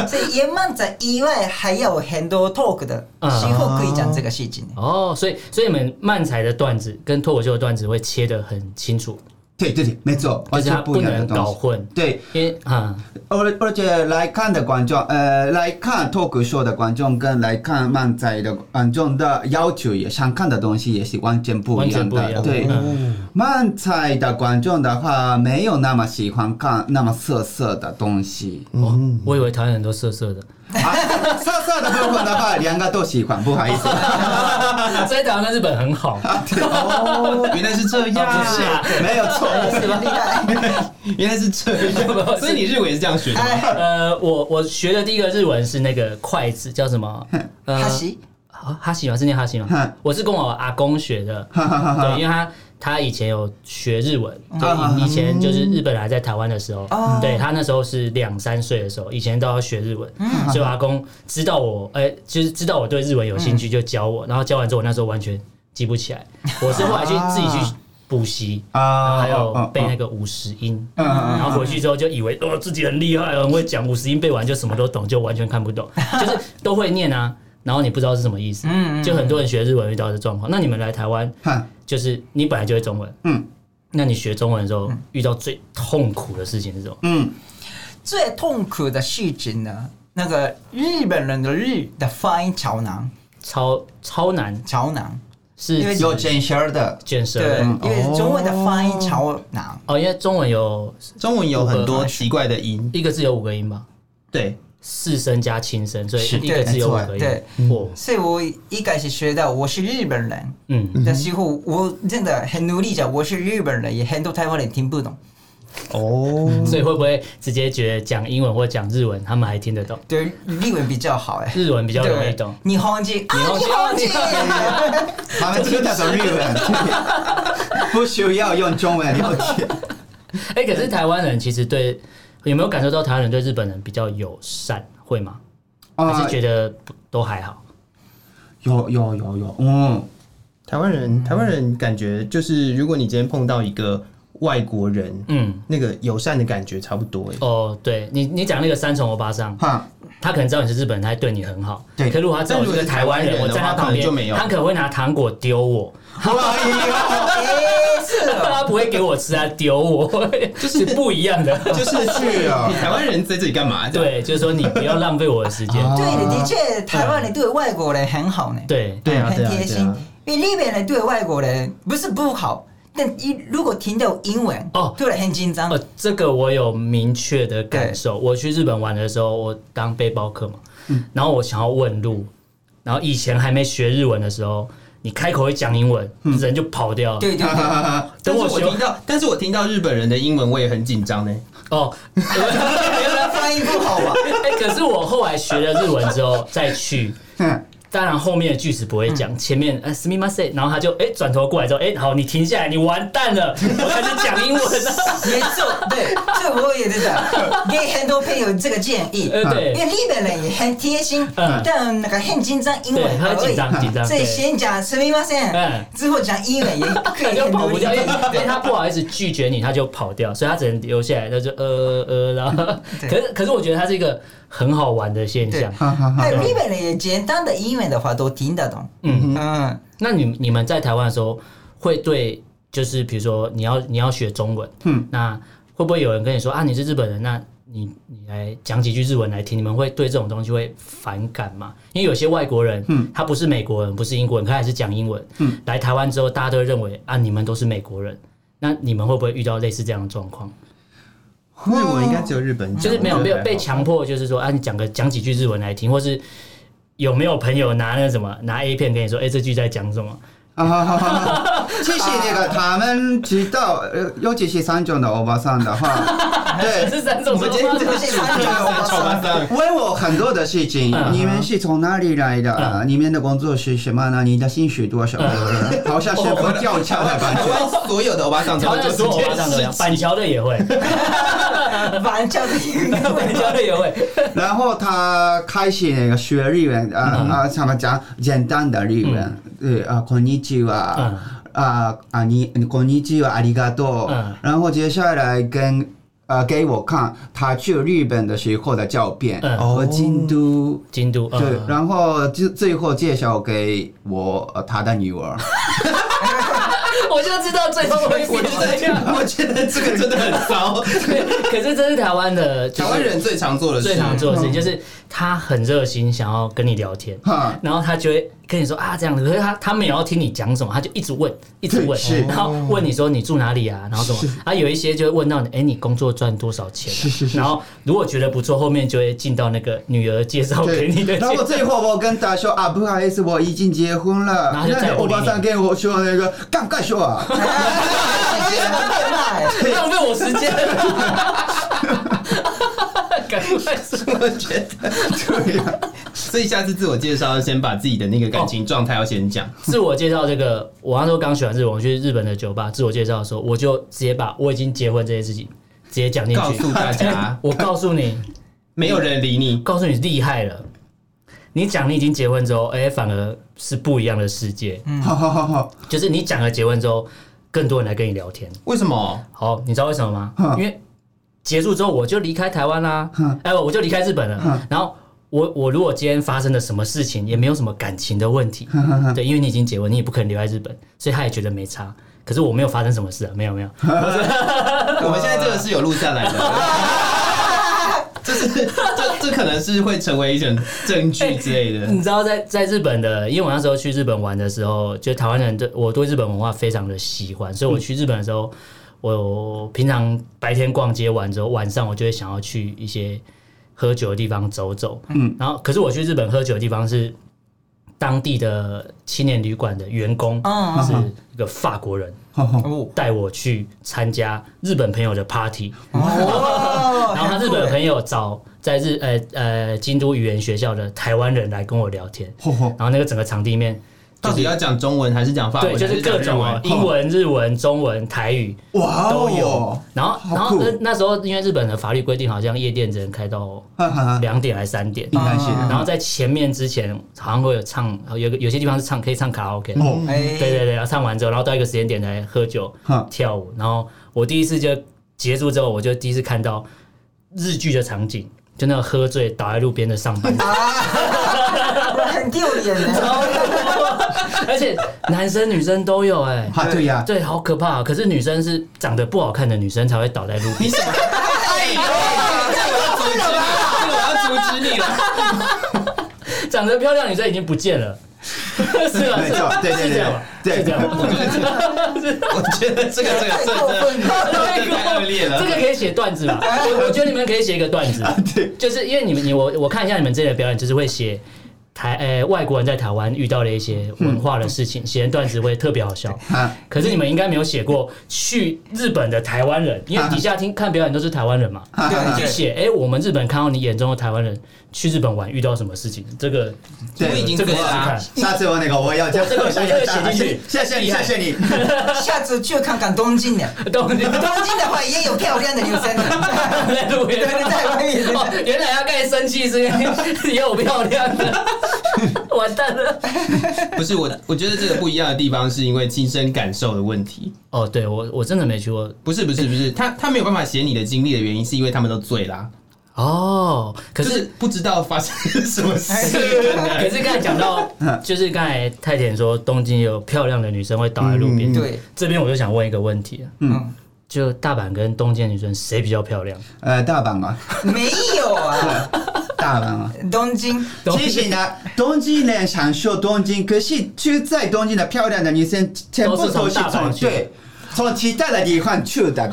Speaker 6: 所以言漫才以外还有很多 talk 的
Speaker 2: 嗯
Speaker 6: 时候可以讲这个事情。
Speaker 2: 哦，所以所以你们漫才的段子跟脱口秀的段子会切得很清楚，
Speaker 1: 对对对，没错，
Speaker 2: 而
Speaker 1: 完
Speaker 2: 且它
Speaker 1: 全不
Speaker 2: 不
Speaker 1: 一样的
Speaker 2: 能搞
Speaker 1: 东西。
Speaker 2: 混，
Speaker 1: 对，
Speaker 2: 因为啊、
Speaker 1: 而而且来看的观众，呃，来看脱口秀的观众跟来看漫才的观众的要求也想看的东西也是完全不一样
Speaker 2: 完全不一
Speaker 1: 的。
Speaker 2: 样嗯
Speaker 1: 对，漫才的观众的话，没有那么喜欢看那么色色的东西。
Speaker 2: 哦，我以为台湾人都色色的，
Speaker 1: 啊，色色的部分的话，两个都喜欢，不好意思。
Speaker 2: [laughs] 在台湾跟日本很好，
Speaker 3: 原来是这
Speaker 1: 哦
Speaker 2: 啊不是啊嗯
Speaker 3: 样，
Speaker 1: 没有错，
Speaker 6: 是吧？厉害，
Speaker 3: 原来是这
Speaker 1: [laughs]
Speaker 3: 样，所以你日文也是这样学
Speaker 1: 哎
Speaker 3: 的吗？
Speaker 2: 呃，我我学的第一个日文是那个筷子，叫什么？呃
Speaker 6: 哈西，
Speaker 2: 啊哈西吗？是念哈西吗
Speaker 1: 哼？
Speaker 2: 我是跟我阿公
Speaker 1: [laughs]
Speaker 2: 学的，对，因为他他以前有学日文，
Speaker 1: 啊
Speaker 2: 对，以以前就是日本人还在台湾的时候，
Speaker 6: 哦
Speaker 2: 对他那时候是两三岁的时候，以前都要学日
Speaker 1: 嗯
Speaker 2: 文，所以我阿公知道我，哎、就是知道我对日文有兴趣，就教我，然后教完之后，我那时候完全记不起来，我是后来去自己去补习，然后
Speaker 1: 啊，
Speaker 2: 还有
Speaker 1: 哦
Speaker 2: 背那，个五十音，
Speaker 1: 嗯嗯
Speaker 6: 啊
Speaker 1: 嗯
Speaker 2: 然后回去之后就以为哦自己很厉害，很会讲五十音，背完就什么都懂，就完全看不懂，
Speaker 6: [laughs]
Speaker 2: 就是都会念啊，然后你不知道是什么意思，
Speaker 6: 嗯嗯嗯
Speaker 2: 就很多人学日文遇到的状况。那你们来台湾，
Speaker 1: 哼
Speaker 2: 就是你本来就会中文，
Speaker 1: 嗯
Speaker 2: 那你学中文的时候遇到最痛苦的事情是什么？
Speaker 1: 嗯，
Speaker 6: 最痛苦的事情呢，那个日本人的日的发音超难，
Speaker 2: 超超难
Speaker 6: 超难。
Speaker 2: 是
Speaker 6: 因为
Speaker 1: 有卷舌的，
Speaker 2: 卷舌
Speaker 6: 对，
Speaker 2: 的
Speaker 6: 因为中文的发音超难。
Speaker 2: 哦，因为中文有
Speaker 3: 中文有很多奇怪的音，
Speaker 2: 一个字有五个音吧，
Speaker 3: 对，
Speaker 2: 四声加轻声，所以
Speaker 6: 是
Speaker 2: 一个字有五个音。
Speaker 6: 对对
Speaker 2: 哦，
Speaker 6: 所以我一开始学到我是日本人
Speaker 2: 嗯，
Speaker 6: 的时候，我真的很努力讲我是日本人，也很多台湾人听不懂。
Speaker 3: 哦，
Speaker 2: 所以会不会直接觉得讲英文或讲日文他们还听得懂，
Speaker 6: 对，日文比较好哎，
Speaker 2: 日文比较容易
Speaker 6: 对
Speaker 2: 懂？，
Speaker 6: 日本人啊，
Speaker 2: 日本人
Speaker 6: 日本人，
Speaker 1: 他们听得
Speaker 2: [laughs]
Speaker 1: 懂日文， [laughs] 不需要用中文了解。
Speaker 2: [laughs] 哎、可是台湾人其实对有没有感受到台湾人对日本人比较友善，会吗？还
Speaker 1: 啊
Speaker 2: 是，觉得不都还好？
Speaker 1: 有有有有，嗯，
Speaker 3: 台湾人，台湾人感觉就是，如果你今天碰到一个外国人，
Speaker 2: 嗯，
Speaker 3: 那个友善的感觉差不多哎。 [laughs]
Speaker 2: 哦，对你你讲那个三重欧巴桑，
Speaker 1: 哈，
Speaker 2: 他可能知道你是日本人，他还对你很好。
Speaker 1: 对
Speaker 2: 可如果他知道我是个台湾人，我
Speaker 3: 但如果是
Speaker 2: 在
Speaker 3: 台
Speaker 2: 他
Speaker 3: 湾人的话
Speaker 2: 旁边
Speaker 3: 可能就没有
Speaker 2: 他可能会拿糖果丢我，
Speaker 6: 哎，是哦
Speaker 2: [laughs] 他不会给我吃，他丢我，就是不一样的。
Speaker 3: [laughs] [laughs] 就是去啊，你台湾人在这里干嘛？这样，
Speaker 2: 对，就是说你不要浪费我的时间。
Speaker 1: 啊
Speaker 6: 对的，的确，台湾人对外国人很好呢，
Speaker 2: 对，
Speaker 3: 对啊，
Speaker 6: 很
Speaker 3: 对啊，
Speaker 6: 贴
Speaker 3: 对
Speaker 6: 心
Speaker 3: 啊。。
Speaker 6: 因为日本人对外国人不是不好，但一如果听到英文，
Speaker 2: 哦
Speaker 6: 突然很紧张
Speaker 2: 呃。，这个我有明确的感受。我去日本玩的时候，我当背包客嘛，
Speaker 6: 嗯
Speaker 2: 然后我想要问路，然后以前还没学日文的时候，你开口会讲英文，人就跑掉了。
Speaker 6: 嗯对对
Speaker 2: [laughs]
Speaker 6: 对。
Speaker 3: 但
Speaker 2: 等
Speaker 3: 是
Speaker 2: 我
Speaker 3: 我
Speaker 2: 学
Speaker 3: 听到，但是我听到日本人的英文，我也很紧张呢。欸
Speaker 2: 哦， [laughs]
Speaker 6: 翻译不好吧？
Speaker 2: 哎、可是我后来学了日文之后再去，
Speaker 1: 哼
Speaker 2: 当然后面的句子不会
Speaker 6: 嗯
Speaker 2: 讲，前面呃 s m i m a s e 然后他就哎转、头过来之后，哎、好，你停下来，你完蛋了，我开始讲英文
Speaker 6: [laughs]
Speaker 2: 了。
Speaker 6: 没错，对，这我也
Speaker 2: [laughs]
Speaker 6: 知道，给很多朋友这个建议。
Speaker 2: 呃，对
Speaker 6: 因，为日本人也很贴心，
Speaker 2: 嗯
Speaker 6: 但那个很紧张英
Speaker 2: 对，
Speaker 6: 文
Speaker 2: 他
Speaker 6: 而
Speaker 2: 紧
Speaker 6: 已，
Speaker 2: 张紧张，
Speaker 6: 所以
Speaker 2: 对，
Speaker 6: 先讲すみませ
Speaker 2: 嗯
Speaker 6: ん，之后讲英文也可
Speaker 2: 他
Speaker 6: 以
Speaker 2: 就 [laughs]
Speaker 6: 很
Speaker 2: 跑
Speaker 6: 努
Speaker 2: 不
Speaker 6: 力 [laughs]
Speaker 2: 掉，因为哎因为
Speaker 6: 对，
Speaker 2: 他不好意思拒绝你，他就跑掉，所以他只能留下来，他就呃呃，然 [laughs] 后
Speaker 6: 嗯对
Speaker 2: 可是可是我觉得它是一个很好玩的现象。
Speaker 1: 哈哈哈，
Speaker 6: 那哎日本人也简单的英文的话都听得懂。
Speaker 2: 嗯，
Speaker 6: 嗯，
Speaker 2: 那你你们在台湾的时候会对，就是比如说你要你要学中文，嗯，那会不会有人跟你说啊你是日本人，那你你来讲几句日文来听，你们会对这种东西会反感吗？因为有些外国人，嗯，他不是美国人，不是英国人，他还是讲英文，嗯，来台湾之后，大家都会认为啊你们都是美国人，那你们会不会遇到类似这样的状况？
Speaker 3: 日文应该只有日本人讲，
Speaker 2: 就是没有
Speaker 3: 我觉
Speaker 2: 没
Speaker 3: 得
Speaker 2: 有
Speaker 3: 还好
Speaker 2: 被强迫，就是说啊，你讲个讲几句日文来听，或是有没有朋友拿那个什么拿 A 片跟你说，哎、这句在讲什么？
Speaker 1: 啊哈哈哈！其实那个他们知道，呃尤其是三种的欧巴桑的话，对，
Speaker 2: 是三种
Speaker 3: 我
Speaker 2: 什
Speaker 3: 们今天
Speaker 2: 么
Speaker 3: 这个
Speaker 2: 吗？
Speaker 3: 是传教欧巴桑，
Speaker 1: 问我很多的事情
Speaker 2: 嗯，
Speaker 1: 你们是从哪里来的？
Speaker 2: 嗯
Speaker 1: 你们的工作是什么呢？你的薪水多少？好像是佛教教的感
Speaker 3: 台
Speaker 1: 觉。
Speaker 3: 湾所有的欧巴桑
Speaker 2: 好
Speaker 3: 都
Speaker 2: 像
Speaker 3: 做
Speaker 2: 所有巴
Speaker 3: 这件
Speaker 2: 上的
Speaker 3: 事
Speaker 2: 呀，板
Speaker 3: 情。
Speaker 2: 桥的也
Speaker 3: [laughs]
Speaker 2: 会，
Speaker 6: 反正的英
Speaker 2: 板
Speaker 6: 文
Speaker 2: 桥的也会，
Speaker 1: 然后他开始那个学日文，啊
Speaker 2: 嗯
Speaker 1: 啊，怎么讲简单的日文？对啊，こんにちは
Speaker 2: 嗯。
Speaker 1: 啊啊，你你こんにちは，ありがと
Speaker 2: 嗯
Speaker 1: う。然后接下来跟呃给我看他去日本的时候的照片，
Speaker 2: 嗯
Speaker 1: 和京都。
Speaker 2: 京都，
Speaker 1: 对，
Speaker 2: 嗯，
Speaker 1: 然后就最后介绍给我呃他的女儿。
Speaker 2: 我就知道最后会是这样。
Speaker 3: 我觉得这个真的很糟。
Speaker 2: [laughs] 对，可是这是台湾的，就是
Speaker 3: 台湾人最常做的事，嗯
Speaker 2: 最常做的事情，就是他很热心，想要跟你聊天。 [laughs]
Speaker 1: 哈，
Speaker 2: 然后他就会跟你说啊这样子，可是他他们也要听你讲什么，他就一直问，一直问
Speaker 1: 是，
Speaker 2: 然后问你说你住哪里啊，然后什么，啊有一些就会问到你，哎你工作赚多少钱、啊？然后如果觉得不错，后面就会进到那个女儿介绍给
Speaker 1: 对
Speaker 2: 你的，
Speaker 1: 然后
Speaker 2: 介
Speaker 1: 最后我跟他说啊，不好意思，我已经结婚了。
Speaker 2: 然后就再也
Speaker 1: 那
Speaker 2: 不
Speaker 1: 欧
Speaker 2: 理你
Speaker 1: 巴桑跟我说那个，赶快说啊， [laughs]
Speaker 2: 浪费我时
Speaker 1: [laughs]
Speaker 2: 间。赶快说，
Speaker 3: 我觉得，啊
Speaker 1: 对呀，
Speaker 3: 所以下次自我介绍要先把自己的那个感情状态要先讲。
Speaker 2: 自我介绍这个，我那时候刚学完日文，我去日本的酒吧自我介绍的时候，我就直接把我已经结婚这件事情直接讲进去，
Speaker 3: 告诉大 [laughs]
Speaker 1: 啊
Speaker 2: [laughs]
Speaker 3: 家
Speaker 2: 我告诉你，
Speaker 3: 没有人理你，
Speaker 2: 告诉你厉害了，你讲你已经结婚之后，哎、反而是不一样的世界。
Speaker 1: 好好好好，
Speaker 2: 就是你讲了结婚之后，更多人来跟你聊天。
Speaker 3: 为什么？
Speaker 2: 好，你知道为什么吗？
Speaker 1: 哼
Speaker 2: 因为结束之后我就离开台湾啦、
Speaker 1: 哼
Speaker 2: 哎，我就离开日本
Speaker 1: 哼
Speaker 2: 了。然后我我如果今天发生了什么事情，也没有什么感情的问题，
Speaker 1: 哼哼哼
Speaker 2: 对，因为你已经结婚，你也不可能留在日本，所以他也觉得没差。可是我没有发生什么事啊，没有没有，
Speaker 3: [laughs] 我们现在这个是有录下来的。这是这这可能是会成为一种证据之类的。
Speaker 2: 你知道在在日本的，因为我那时候去日本玩的时候，就台湾人对我对日本文化非常的喜欢，所以我
Speaker 6: 嗯
Speaker 2: 去日本的时候，我平常白天逛街玩之后，晚上我就会想要去一些喝酒的地方走走。嗯，然后可是我去日本喝酒的地方是当地的青年旅馆的员工，
Speaker 6: 嗯
Speaker 2: 是一个法国人
Speaker 1: 哼哼
Speaker 6: 哦
Speaker 2: 带我去参加日本朋友的 party。
Speaker 6: 哦，
Speaker 2: 然后他日本的朋
Speaker 6: 友
Speaker 2: 友找在日呃呃京都语言学校的台湾人来跟我聊天，
Speaker 1: 嚯嚯
Speaker 2: 然后那个整个场地里面，
Speaker 3: 到底要讲中文还是讲法文？
Speaker 2: 对，就是
Speaker 3: 还啊讲
Speaker 2: 各种
Speaker 3: 日
Speaker 2: 哦
Speaker 3: 文
Speaker 2: 英文、日文、中文、台语
Speaker 1: 哇哦
Speaker 2: 都有。然后，然
Speaker 1: 好
Speaker 2: 后
Speaker 1: 酷
Speaker 2: 那那时候因为日本的法律规定，好像夜店只能开到
Speaker 1: 哈哈哈，
Speaker 2: 两点还是三点，
Speaker 1: 应该是的。
Speaker 2: 然后在前面之前好像会有唱，有个有些地方是唱可以唱卡拉 OK，
Speaker 1: 哦，
Speaker 6: 哎，
Speaker 2: 对对对，然后唱完之后，然后到一个时间点来喝酒
Speaker 1: 哼
Speaker 2: 跳舞，然后我第一次就结束之后，我就第一次看到日剧的场景，就那个喝醉倒在路边的
Speaker 1: [laughs]
Speaker 2: 上班族，
Speaker 6: 很丢脸的，
Speaker 2: 而且男生女生都有哎、
Speaker 1: 哈对呀，
Speaker 2: 对，好可怕、啊可是女生是长得不好看的女生才会倒在
Speaker 1: [laughs]
Speaker 2: 路边。
Speaker 3: [laughs] 哎这个我要阻止你了。
Speaker 2: 长得漂亮的女生已经不
Speaker 1: [laughs]
Speaker 2: 见了，是吧？
Speaker 1: 没错
Speaker 2: [laughs]
Speaker 1: 对对
Speaker 2: 是这样吧
Speaker 1: 对对
Speaker 2: 是这
Speaker 1: [laughs]
Speaker 2: 样吧。
Speaker 3: 我觉得这个这个这个这个这个太恶劣
Speaker 2: [laughs]
Speaker 3: 了
Speaker 2: 这。个可以写段子吧？我我觉得你们可以写一个段
Speaker 1: [laughs] 啊
Speaker 2: 子，就是因为你们你我我看一下你们之前的表演，就是会写台呃外国人在台湾遇到的一些文化的事
Speaker 1: 嗯
Speaker 2: 情，写成段子会特别好笑。
Speaker 1: 啊，
Speaker 2: 可是你们应该没有写过去日本的台湾人，
Speaker 1: 啊
Speaker 2: 因为底下听看表演都是台湾人嘛。
Speaker 6: 对
Speaker 2: 去写哎、我们日本看到你眼中的台湾人去日本玩遇到什么事情？这个
Speaker 3: 我已
Speaker 1: 对
Speaker 3: 经。
Speaker 2: 这个
Speaker 3: 对
Speaker 2: 试试
Speaker 3: 啊
Speaker 2: 看。
Speaker 1: 下次我那个我要
Speaker 2: 我这个下这个写进去
Speaker 1: 谢谢你，
Speaker 2: 厉害
Speaker 1: 谢谢你。
Speaker 6: 下次去看看东京的，
Speaker 2: 东京
Speaker 6: 东京的话也有漂亮的女生的，
Speaker 2: 在路边，
Speaker 6: 对在外面
Speaker 2: 哦，原来他刚才生气是因为也有漂亮的，完蛋了。
Speaker 3: 不是我，我觉得这个不一样的地方是因为亲身感受的问题。
Speaker 2: 哦，对我我真的没去过
Speaker 3: 不是不是不是，他他没有办法写你的经历的原因，是因为他们都醉啦，
Speaker 2: 哦，可
Speaker 3: 可
Speaker 2: 是。
Speaker 3: 是不知道发生什么
Speaker 6: 哎
Speaker 3: 事。
Speaker 2: 可是刚才讲到，就是刚才太田说东京有漂亮的女生会倒在路边，
Speaker 3: 嗯
Speaker 6: 对，
Speaker 2: 这边我就想问一个问题了，
Speaker 6: 嗯，
Speaker 2: 就大阪跟东京的女生谁比较漂亮？
Speaker 1: 呃，大阪啊，
Speaker 6: 没有啊，
Speaker 1: 大阪啊。
Speaker 6: 东京
Speaker 2: 东
Speaker 1: 其实呢，东京人享受东京，可是去在东京的漂亮的女生全部都是
Speaker 2: 都是从大
Speaker 1: 从
Speaker 2: 阪去的
Speaker 1: 对从其他的地方去的，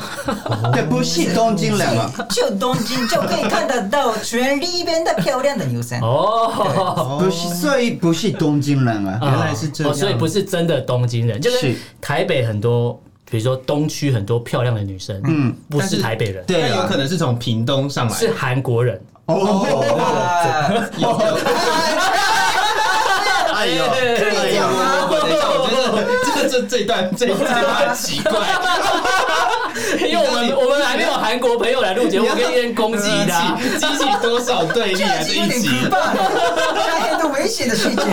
Speaker 1: 对，不是东京人啊。
Speaker 6: 就东京就可以看得到全里边的漂亮的女生，
Speaker 2: 哦，
Speaker 1: 不是，所以不是东京人啊。
Speaker 2: 啊
Speaker 3: 原来是这样
Speaker 2: 哦所以不是真的东京人，就是
Speaker 1: 是
Speaker 2: 台北很多，比如说东区很多漂亮的女生，嗯，不
Speaker 3: 但
Speaker 2: 是
Speaker 3: 是
Speaker 2: 台北人，
Speaker 1: 对啊
Speaker 3: 那有可能是从屏东上来
Speaker 2: 是
Speaker 3: 的。
Speaker 2: 韩国
Speaker 3: [laughs]
Speaker 2: 人。
Speaker 1: 哦，
Speaker 6: 啊，
Speaker 3: 有有
Speaker 1: 哎呦，
Speaker 6: 可
Speaker 1: 哎
Speaker 6: 以讲
Speaker 1: 呦，
Speaker 6: 吗？
Speaker 3: 等一下，我觉得这这这段这这段很奇怪，
Speaker 2: 因为我们我们还没有韩国朋友来录节目，
Speaker 3: 你要
Speaker 2: 可以先攻击
Speaker 3: [laughs]
Speaker 2: 他。
Speaker 3: 激起激起多少对立还
Speaker 6: 这
Speaker 3: 是
Speaker 6: 有
Speaker 3: 一
Speaker 6: 点
Speaker 3: 起？
Speaker 6: 可怕，那很多危险的事情。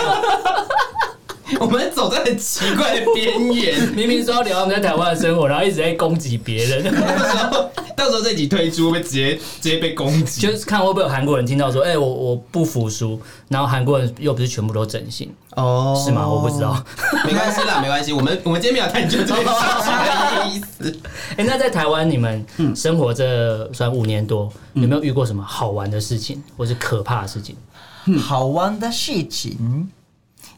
Speaker 3: 我们走在很奇怪的边缘。
Speaker 2: 明明说要聊我们在台湾的生活，然后一直在攻击别人，
Speaker 3: [laughs] 到时候到时候这集推出会直接直接被攻击
Speaker 2: 就是看会不会有韩国人听到说，哎、我我不服输，然后韩国人又不是全部都整形，
Speaker 3: 哦
Speaker 2: 是吗？我不知
Speaker 3: [laughs]
Speaker 2: 道。
Speaker 3: 没关系啦，没关系，我们我们今天没有探究这件事情的意思。
Speaker 2: 哎、那在台湾你们
Speaker 3: 嗯
Speaker 2: 生活这算五年多，有没有遇过什么好玩的事情，或是可怕的事情？
Speaker 6: 好玩的事情，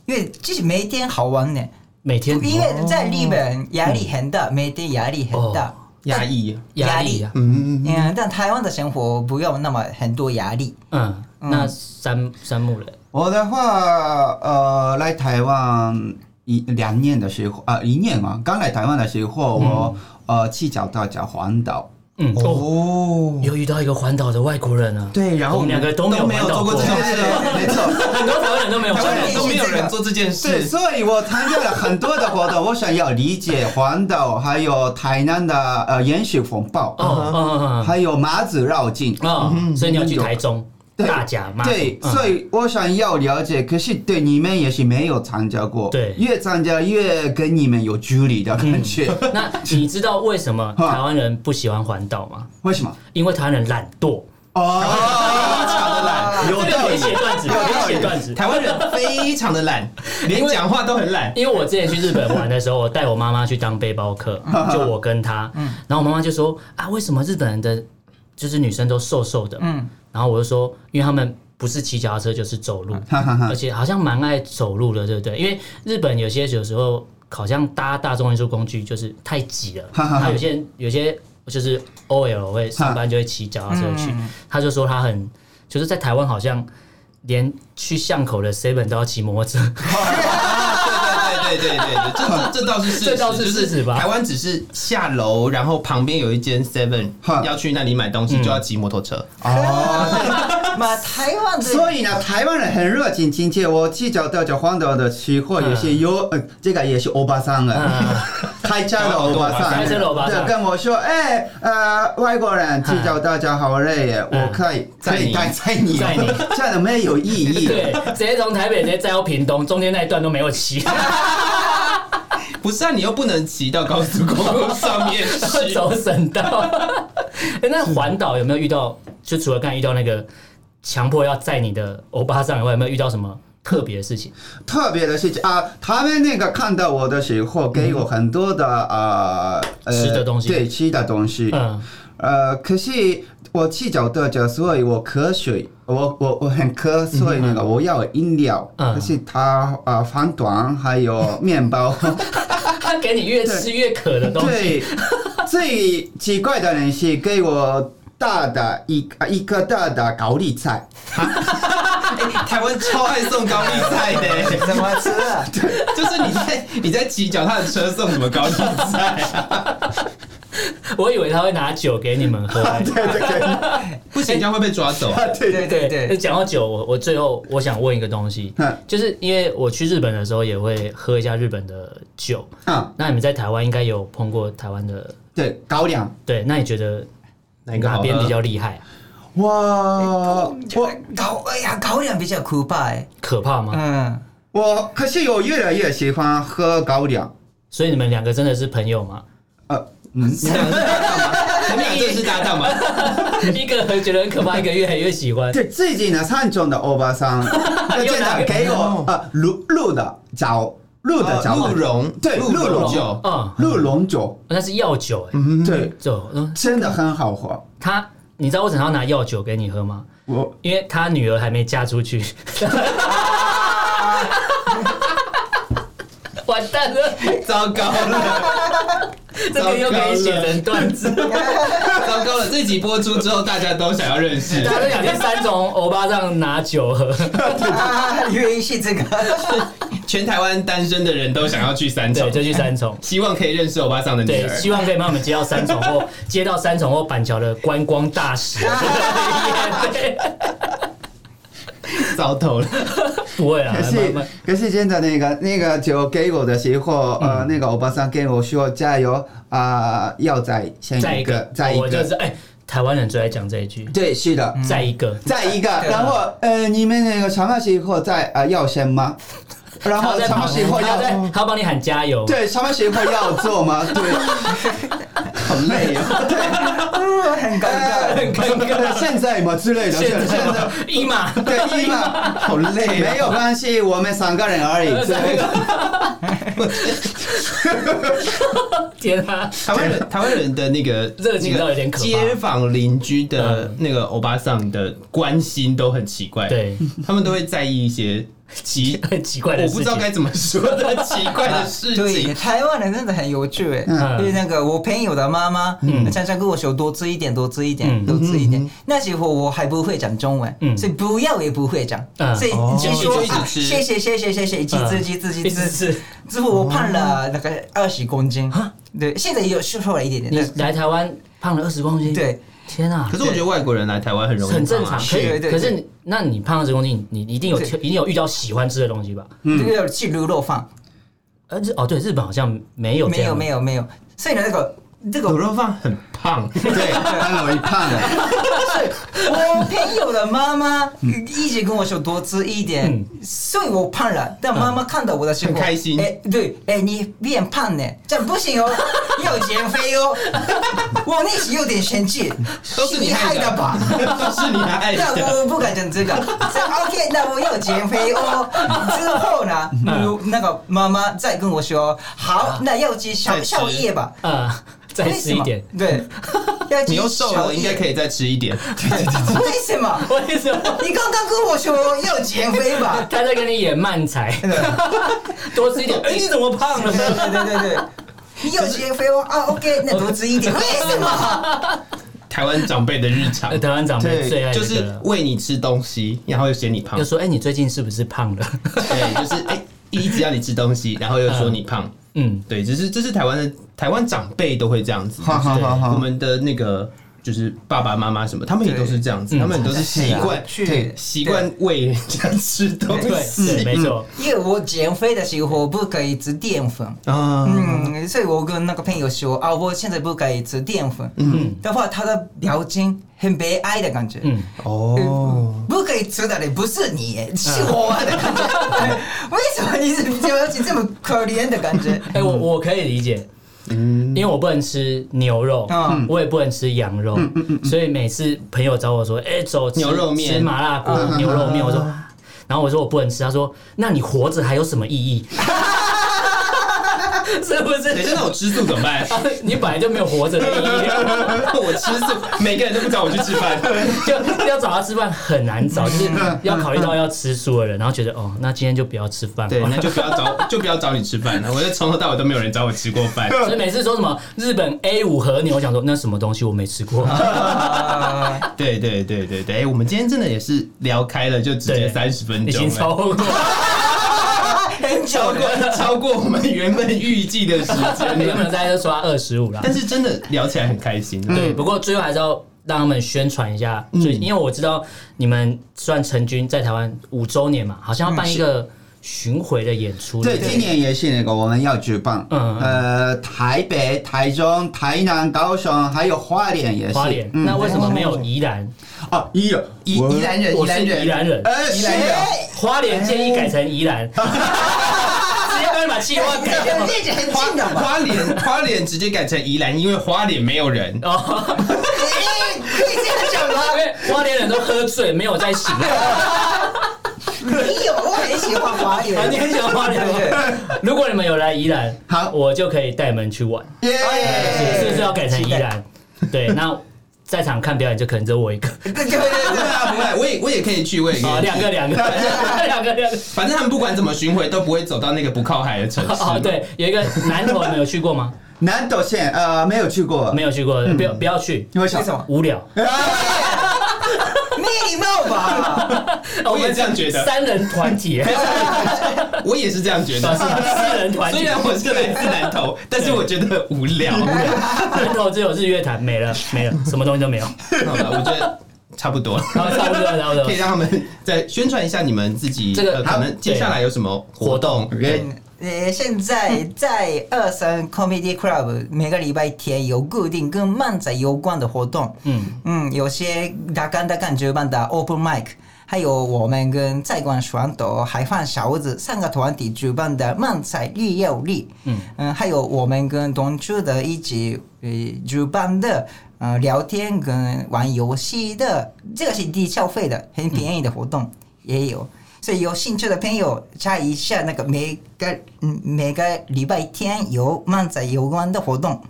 Speaker 6: 因为其实每天好玩呢，
Speaker 2: 每天
Speaker 6: 因为在日本压力很大，每天压力很大
Speaker 2: 哦，
Speaker 3: 压抑，
Speaker 2: 压力啊，
Speaker 3: 嗯，
Speaker 6: 嗯，但台湾的生活不要那么很多压力。
Speaker 2: 嗯，那三三木人
Speaker 1: 我的话，呃，来台湾呃一两年的时候，啊、一年嘛，刚来台湾的时候，我呃去找大家环岛，
Speaker 2: 嗯，哦，
Speaker 3: 哦，
Speaker 2: 又遇到一个环岛的外国人啊，
Speaker 1: 对，然
Speaker 2: 我
Speaker 1: 后
Speaker 2: 们两个都没有
Speaker 3: 都没
Speaker 2: 环
Speaker 3: 有
Speaker 2: 岛
Speaker 3: 做过
Speaker 2: 过
Speaker 3: 这种
Speaker 1: 对对
Speaker 3: 事，
Speaker 1: 对，没错，
Speaker 2: [laughs] 很多台湾人都没有
Speaker 3: 台
Speaker 2: 环
Speaker 3: 湾
Speaker 2: 岛
Speaker 3: 人都没有人做这件
Speaker 1: 对，
Speaker 3: 事。
Speaker 1: 所以我参加了很多的活动，我想要理解环岛，还有台南的呃延续风暴，
Speaker 2: 哦，嗯嗯嗯哦
Speaker 1: 还有马子绕境，
Speaker 2: 嗯，所以你要去台中，
Speaker 1: 对
Speaker 2: 大甲妈祖，
Speaker 1: 对，
Speaker 2: 嗯
Speaker 1: 所以我想要了解，可是对你们也是没有参加过，
Speaker 2: 对
Speaker 1: 越参加越跟你们有距离的感觉，
Speaker 2: 那你知道为什么
Speaker 1: 哈
Speaker 2: 台湾人不喜欢环岛吗？
Speaker 1: [laughs] 为什么？
Speaker 2: 因为台湾人懒惰，
Speaker 1: 哦，
Speaker 3: 非常的懒，
Speaker 2: 有这个可以写段子，
Speaker 6: 啊
Speaker 2: 可以写段子。
Speaker 3: 台湾人非常的
Speaker 2: [laughs]
Speaker 3: 懒，连讲话都很懒。
Speaker 2: 因为我之前去日本玩的时候，我带我妈妈去当背包
Speaker 1: [laughs]
Speaker 2: 客，就我跟她，
Speaker 1: 嗯
Speaker 2: 然后我妈妈就说啊，为什么日本人的就是女生都瘦瘦的？
Speaker 6: 嗯
Speaker 2: 然后我就说，因为他们不是骑脚踏车就是走路，
Speaker 1: [laughs] 哈哈哈
Speaker 2: 而，且好像蛮爱走路的，对不对？因为日本有些有时候好像搭大众运输工具就是太挤了，
Speaker 1: 哈哈哈
Speaker 2: 他有些人有些就是 OL 会上班就会骑脚踏车啊去，
Speaker 1: 嗯
Speaker 2: 他就说他很就是在台湾好像连去巷口的 Seven 都要骑摩
Speaker 1: [laughs]
Speaker 2: 托车， [laughs]
Speaker 3: 对对对对对，这这这倒是事实，
Speaker 2: 这倒是事实吧
Speaker 3: 就是台湾只是下楼，然后旁边有一间
Speaker 6: [laughs]
Speaker 3: Seven，
Speaker 1: 哼
Speaker 3: 要去那里买
Speaker 2: 嗯
Speaker 3: 东西就要骑摩托车。
Speaker 6: 嗯嘛，台湾的
Speaker 1: 所以呢，台湾人很热情亲切。我去找到这荒岛的吃货也是有，呃这个也是欧巴桑
Speaker 2: 呃
Speaker 1: 啊，开车的欧巴桑，
Speaker 2: 开车的欧巴桑
Speaker 1: 对，跟我说，哎，呃，外国人去找大家好累耶，
Speaker 2: 嗯
Speaker 1: 我可以
Speaker 3: 载
Speaker 1: 可
Speaker 3: 你
Speaker 1: 以带载你，
Speaker 2: 载你
Speaker 1: 这样没有意义。
Speaker 2: 对，直接从台北直接载到屏东，中间那一段都没有
Speaker 6: [laughs]
Speaker 2: 骑，
Speaker 3: 不是啊，你又不能骑到高速公路上面
Speaker 2: [laughs]
Speaker 3: 去。
Speaker 2: 走省道。哎那环岛有没有遇到？就除了刚才遇到那个强迫要载你的欧巴桑以外，有没有遇到什么特别的事情？
Speaker 1: 特别的事情啊，他们那个看到我的时候，给我很多的啊、呃
Speaker 2: 吃的东西
Speaker 1: 对吃的东西，
Speaker 2: 嗯，
Speaker 1: 呃，可是我去找作者，所以我渴水，我我我很渴，所以那个我要饮料，
Speaker 2: 嗯
Speaker 1: 可是他啊饭团还有面包，
Speaker 2: 他给你越吃越渴 [laughs] 的东西。
Speaker 1: 对，最奇怪的人是给我大的一啊一个大的高丽菜，
Speaker 3: 台湾超爱送高丽菜的，
Speaker 6: 怎么吃啊？
Speaker 3: [laughs] 就是你在你在骑脚踏车送什么高丽
Speaker 2: [laughs]
Speaker 3: 菜啊？
Speaker 2: 我以为他会拿酒给你们喝、
Speaker 1: [laughs] 对对对
Speaker 3: 不行，这样会被抓
Speaker 2: 哎
Speaker 3: 走。
Speaker 1: 对对
Speaker 6: [laughs] 对对
Speaker 2: 那
Speaker 6: 对，
Speaker 2: 讲到酒，我我最后我想问一个东西
Speaker 1: 嗯，
Speaker 2: 就是因为我去日本的时候也会喝一下日本的酒，
Speaker 1: [laughs] 啊，
Speaker 2: 那你们在台湾应该有碰过台湾的，
Speaker 1: 对高粱，
Speaker 2: 对，那你觉得
Speaker 3: 一个
Speaker 2: 哪
Speaker 3: 好喝
Speaker 2: 边比较厉害啊、
Speaker 1: 哇，我
Speaker 6: 高哎呀，高粱比较苦吧？哎
Speaker 2: 可怕吗？
Speaker 6: 嗯，
Speaker 1: 我可是我越来越喜欢喝高粱，
Speaker 2: 所以你们两个真的是朋友吗？
Speaker 1: 呃，嗯，
Speaker 3: 你们俩是搭档吗？
Speaker 2: 哎
Speaker 3: 你们俩真的是搭档吗？
Speaker 2: 一个觉得很可怕，一个越来越喜欢。
Speaker 1: 对，最近呢，三中的欧巴桑真的给我呃鹿鹿的脚，鹿的脚，
Speaker 3: 鹿茸，
Speaker 1: 对
Speaker 3: 鹿
Speaker 1: 鹿茸
Speaker 3: 酒，
Speaker 2: 嗯，
Speaker 1: 鹿茸酒，
Speaker 2: 那是药酒哎、
Speaker 1: 对，
Speaker 2: 酒，嗯，
Speaker 1: 真的很好喝。
Speaker 2: 他，你知道为什么要拿药酒给你喝吗？
Speaker 1: 我
Speaker 2: 因为他女儿还没嫁出去。完蛋了，
Speaker 3: 糟糕了，
Speaker 2: 这个又可以写成段子。
Speaker 3: 糟糕了！这集播出之后，大家都想要认识。
Speaker 2: 大家都想去三种欧巴上拿酒喝，
Speaker 6: [laughs] 啊，原因是这个，
Speaker 3: 全台湾单身的人都想要去三
Speaker 2: 对，，
Speaker 3: 重
Speaker 2: 就去三重。
Speaker 3: 希望可以认识欧巴桑的女
Speaker 2: 对，
Speaker 3: 儿。
Speaker 2: 希望可以帮我们接到三重或接到三重或板桥的观光大使。对，
Speaker 3: 糟透了，
Speaker 2: [laughs] 不会啦，
Speaker 1: 可
Speaker 2: 啊慢
Speaker 1: 是
Speaker 2: 慢
Speaker 1: 可是真的那个那个酒给我的时候，呃，那个欧巴桑跟我说加油啊，要再先
Speaker 2: 再一
Speaker 1: 一个嗯
Speaker 2: 个，
Speaker 1: 再一
Speaker 2: 我就
Speaker 1: 个，
Speaker 2: 是哎，台湾人最爱讲这一句，
Speaker 1: 对，是的，
Speaker 2: 再一个，
Speaker 1: 再一个，
Speaker 6: 对
Speaker 1: 然后呃，你们那个什么时候再啊要先吗？然
Speaker 2: 他
Speaker 1: 后
Speaker 2: 在
Speaker 1: 什么
Speaker 2: 旁
Speaker 1: 时
Speaker 2: 边，
Speaker 1: 候
Speaker 2: 他
Speaker 1: 要
Speaker 2: 在他帮你喊加油，
Speaker 1: 对什么时候要做吗？ [laughs] 对。
Speaker 3: 好累哦。
Speaker 6: 嗯很尴
Speaker 1: 哎
Speaker 6: 尬。
Speaker 2: 很尴尬。
Speaker 1: 现在嘛之类的，
Speaker 2: 现
Speaker 1: 现
Speaker 2: 在
Speaker 1: 在
Speaker 2: 吗一
Speaker 1: [laughs]
Speaker 2: 码，
Speaker 1: 对，一嘛，好累，没有关系，我们三个人而已。
Speaker 2: [laughs]
Speaker 1: 对
Speaker 2: 天啊！
Speaker 3: 台湾人，台湾人的那个
Speaker 2: 热情到有点可怕嗯
Speaker 3: 那个街坊邻居的那个欧巴桑的关心都很奇怪，，
Speaker 2: 对，
Speaker 3: 他们都会在意一些
Speaker 2: [laughs]
Speaker 3: 奇，
Speaker 2: 很奇怪的
Speaker 3: 我
Speaker 2: 事情。
Speaker 3: 不知道该怎么说的奇怪的事
Speaker 6: 对，
Speaker 3: 情。
Speaker 6: 台湾人真的很有趣哎，
Speaker 2: 嗯
Speaker 6: 因为那个我朋友的妈妈常常跟我说多吃一点，多吃一点
Speaker 2: 嗯，
Speaker 6: 多吃一点。那时候我还不会讲中
Speaker 2: 嗯
Speaker 6: 文，所以不要也不会讲
Speaker 2: 嗯，
Speaker 6: 所以
Speaker 2: 哦
Speaker 6: 就
Speaker 3: 就
Speaker 6: 说
Speaker 3: 一直
Speaker 6: 啊
Speaker 3: 吃
Speaker 6: 谢谢谢谢谢谢，几
Speaker 2: 嗯
Speaker 6: 只几只
Speaker 2: 一
Speaker 6: 几
Speaker 2: 直
Speaker 6: 只。
Speaker 2: 是
Speaker 6: 之后我胖了大概二十公斤，
Speaker 2: 啊
Speaker 6: 对，现在有瘦了一点
Speaker 2: 你
Speaker 6: 点，
Speaker 2: 来台湾胖了二十公斤，
Speaker 6: 但，对，
Speaker 2: 天啊
Speaker 3: 可，是我觉得外国人来台湾很容易，
Speaker 2: 很正常。。可以，
Speaker 6: 对对对
Speaker 2: 可是你那你胖二十公斤，你你一定有
Speaker 6: 对
Speaker 2: 一定有遇到喜欢吃的东西吧？
Speaker 6: 这个要去卤肉饭，
Speaker 2: 呃，日哦对，日本好像没有这
Speaker 6: 没有
Speaker 2: 样，
Speaker 6: 没
Speaker 2: 有，
Speaker 6: 有没有，所以呢那个这个
Speaker 3: 卤肉饭很
Speaker 2: [laughs]
Speaker 3: 胖，
Speaker 1: 对，很容易胖啊的。
Speaker 6: 我朋友的妈妈
Speaker 3: 嗯
Speaker 6: 一直跟我说多吃一点，所以我胖了。但妈妈看到我的时候
Speaker 3: 很开心
Speaker 6: 哎，对，哎，你变胖呢，这样
Speaker 3: [laughs]
Speaker 6: 不行哦，要减肥哦。我那时有点生气，
Speaker 3: 都是你
Speaker 6: 害
Speaker 3: 害
Speaker 6: 的
Speaker 3: 的
Speaker 6: 吧？
Speaker 3: [laughs] 都是你害
Speaker 6: 那
Speaker 3: 的。
Speaker 6: 我不敢讲这个。这 OK，那我要减肥哦。之后呢，
Speaker 3: 嗯
Speaker 6: 如那个妈妈再跟我说，好，那要吃宵
Speaker 3: 啊再吃
Speaker 6: 宵夜吧。
Speaker 2: 啊，再吃一点，
Speaker 3: [laughs]
Speaker 6: 为什么，对，要吃
Speaker 3: 你又瘦
Speaker 6: 宵
Speaker 3: 了，
Speaker 6: 夜
Speaker 3: 应该可以再吃一点。
Speaker 6: [laughs] 为什么？
Speaker 2: 为什么？
Speaker 6: 你刚刚跟我说要减肥吧？
Speaker 2: 他在跟你演慢 [laughs] 才，多吃一点。哎，你怎么胖 [laughs] 了？
Speaker 6: 对对对对对，哦你要减肥哦啊，OK，那多吃一点。为什么？
Speaker 3: 台湾长辈的日常
Speaker 2: 呃台湾长辈最爱
Speaker 3: 就
Speaker 2: 这个
Speaker 3: 是
Speaker 2: 了，
Speaker 3: 喂你吃东西，然后又嫌你胖
Speaker 2: 又，说：“哎，你最近是不是胖了
Speaker 3: 对，就是哎、一直要你吃东西，然后又说你胖，？”
Speaker 2: [laughs] 嗯，
Speaker 3: 对，只是这是台湾的台湾长辈都会这样子，
Speaker 1: 好好好好，
Speaker 3: 我们的那个就是爸爸妈妈什么，他们也都是这样子，
Speaker 2: 对啊
Speaker 3: 他们都是习惯
Speaker 6: 去
Speaker 3: 习惯喂人家吃东
Speaker 2: 对对，
Speaker 3: 西
Speaker 2: 没错，
Speaker 6: 因为我减肥的时候不可以吃淀粉。
Speaker 3: 啊，
Speaker 6: 嗯，所以我跟那个朋友说啊，我现在不可以吃淀粉。嗯，的话，他的表情很悲哀的感觉。
Speaker 2: 嗯，
Speaker 3: 哦，
Speaker 6: 不可以吃的人不是你，是我的感觉。
Speaker 2: 嗯
Speaker 6: 为什么你是表情这么可怜的感
Speaker 2: [laughs]
Speaker 6: 觉？
Speaker 2: 哎，我我可以理解，
Speaker 3: 嗯，
Speaker 2: 因为我不能吃牛肉
Speaker 6: 嗯，
Speaker 2: 我也不能吃羊肉，所以每次朋友找我说：“哎，走，吃
Speaker 3: 牛肉面
Speaker 2: 吃麻辣锅、牛肉面。”我说。然后我说我不能吃，他说那你活着还有什么意义？ [laughs] 是不
Speaker 3: 等一下，
Speaker 2: 是？
Speaker 3: 那我吃素怎么办？
Speaker 2: [laughs] 你本来就没有活着的意义， [laughs]
Speaker 3: 我吃素，每个人都不找我去吃饭，
Speaker 2: 就要找他吃饭很难找，就是要考虑到要吃素的人，然后觉得哦，那今天就不要吃饭
Speaker 3: 对，
Speaker 2: 好了
Speaker 1: [laughs]
Speaker 3: 那就不要找，就不要找你吃饭了。我就从头到尾都没有人找我吃过饭，
Speaker 2: 所以每次说什么日本 A 五和牛，我想说那什么东西我没吃过，
Speaker 6: 啊
Speaker 3: 对对对对对，哎、我们今天真的也是聊开了，就直接
Speaker 2: 对
Speaker 3: 三十分
Speaker 2: 已
Speaker 3: 钟
Speaker 2: 经超
Speaker 3: 了。
Speaker 2: 过。
Speaker 6: 很久
Speaker 3: 超
Speaker 6: 了，
Speaker 3: 过超过我们原本预计的时间
Speaker 2: 原 [laughs]
Speaker 3: 了，
Speaker 2: 本大家都说二十五啦
Speaker 3: 但，是真的聊起来很开心。
Speaker 2: 对，不过最后还是要让他们宣传一下，所
Speaker 1: 嗯
Speaker 2: 以因为我知道你们算成军在台湾五周年嘛，好像要办一个巡回的演出，
Speaker 1: 嗯对，
Speaker 2: 不
Speaker 1: 今年也是那个我们要举办，
Speaker 2: 嗯
Speaker 1: 呃，台北、台中、台南、高雄，还有花莲也是。
Speaker 2: 花莲，
Speaker 1: 嗯
Speaker 2: 那为什么没有宜兰？
Speaker 1: 哦，宜宜宜兰人，宜
Speaker 2: 我是
Speaker 1: 兰人，
Speaker 2: 宜兰人
Speaker 1: 呃，
Speaker 6: 谁
Speaker 1: 宜兰人，
Speaker 2: 花莲建议改成宜
Speaker 3: [laughs]
Speaker 2: 兰，直接帮你把气
Speaker 6: 啊
Speaker 2: 划改掉。
Speaker 6: 离得很近的嘛，
Speaker 3: 花脸花脸直接改成宜兰，因为花脸没有人。
Speaker 2: 哦，
Speaker 6: 哎可以这样讲
Speaker 2: 因
Speaker 6: 吗？
Speaker 2: 为花莲人都喝醉，没有在醒。
Speaker 6: 没有，我很喜欢花
Speaker 2: 啊，
Speaker 6: 园。
Speaker 2: 你很喜欢花莲
Speaker 6: 对对
Speaker 2: 吗？如果你们有来宜兰，
Speaker 1: 好
Speaker 2: 我就可以带你们去玩。
Speaker 1: 耶！
Speaker 2: 哎是不是要改成宜兰？对，那在场看表演就可能只有我一个，
Speaker 6: 对对
Speaker 3: 对
Speaker 6: 对对，
Speaker 3: 啊，不会，我也我也可以去，我也可以
Speaker 2: 哦，
Speaker 3: 去
Speaker 2: 两个
Speaker 3: [laughs]
Speaker 2: 两个两个两个。
Speaker 3: 反正他们不管怎么巡回，都不会走到那个不靠海的城市。
Speaker 2: 哦，，对，有一个南投你们有去过
Speaker 3: 嗯
Speaker 2: 吗？
Speaker 1: 南投县呃没有去过，
Speaker 2: 没有去过，不要不要去，
Speaker 1: 因为什
Speaker 6: 为什
Speaker 1: 么？
Speaker 6: 么？
Speaker 2: 无聊。
Speaker 6: 没礼貌吧？
Speaker 3: 我也这样觉得
Speaker 2: 三人团体，
Speaker 3: 我也是这样觉
Speaker 2: 算 [laughs] 是啊
Speaker 3: 得。
Speaker 2: 四人团
Speaker 3: 虽
Speaker 2: 体，
Speaker 3: 然我是来自南投，但是我觉得无聊。
Speaker 2: [laughs]
Speaker 6: 啊
Speaker 2: 南投只有日月潭，没了没了，什么东西都没有。
Speaker 3: 好了，我觉得差不多了。
Speaker 2: 然后差不多了，差不多
Speaker 3: 可以
Speaker 2: 了。
Speaker 3: 让他们再宣传一下你们自己，
Speaker 2: 这个啊
Speaker 3: 呃可能接下来有什么活动？
Speaker 1: OK，
Speaker 6: 呃，现在在二三 Comedy Club 每个礼拜天有固定跟漫仔有关的活动，嗯嗯，有些大干大干举办的 Open Mic，还有我们跟在馆传统海放小子三个团体举办的漫仔日曜日，嗯还有我们跟东区的一起呃举办的。呃，聊天跟玩游戏的，这个是低消费的，很便宜的活动、也有。所以有兴趣的朋友查一下那个每个嗯每个礼拜天有漫仔有关的活动。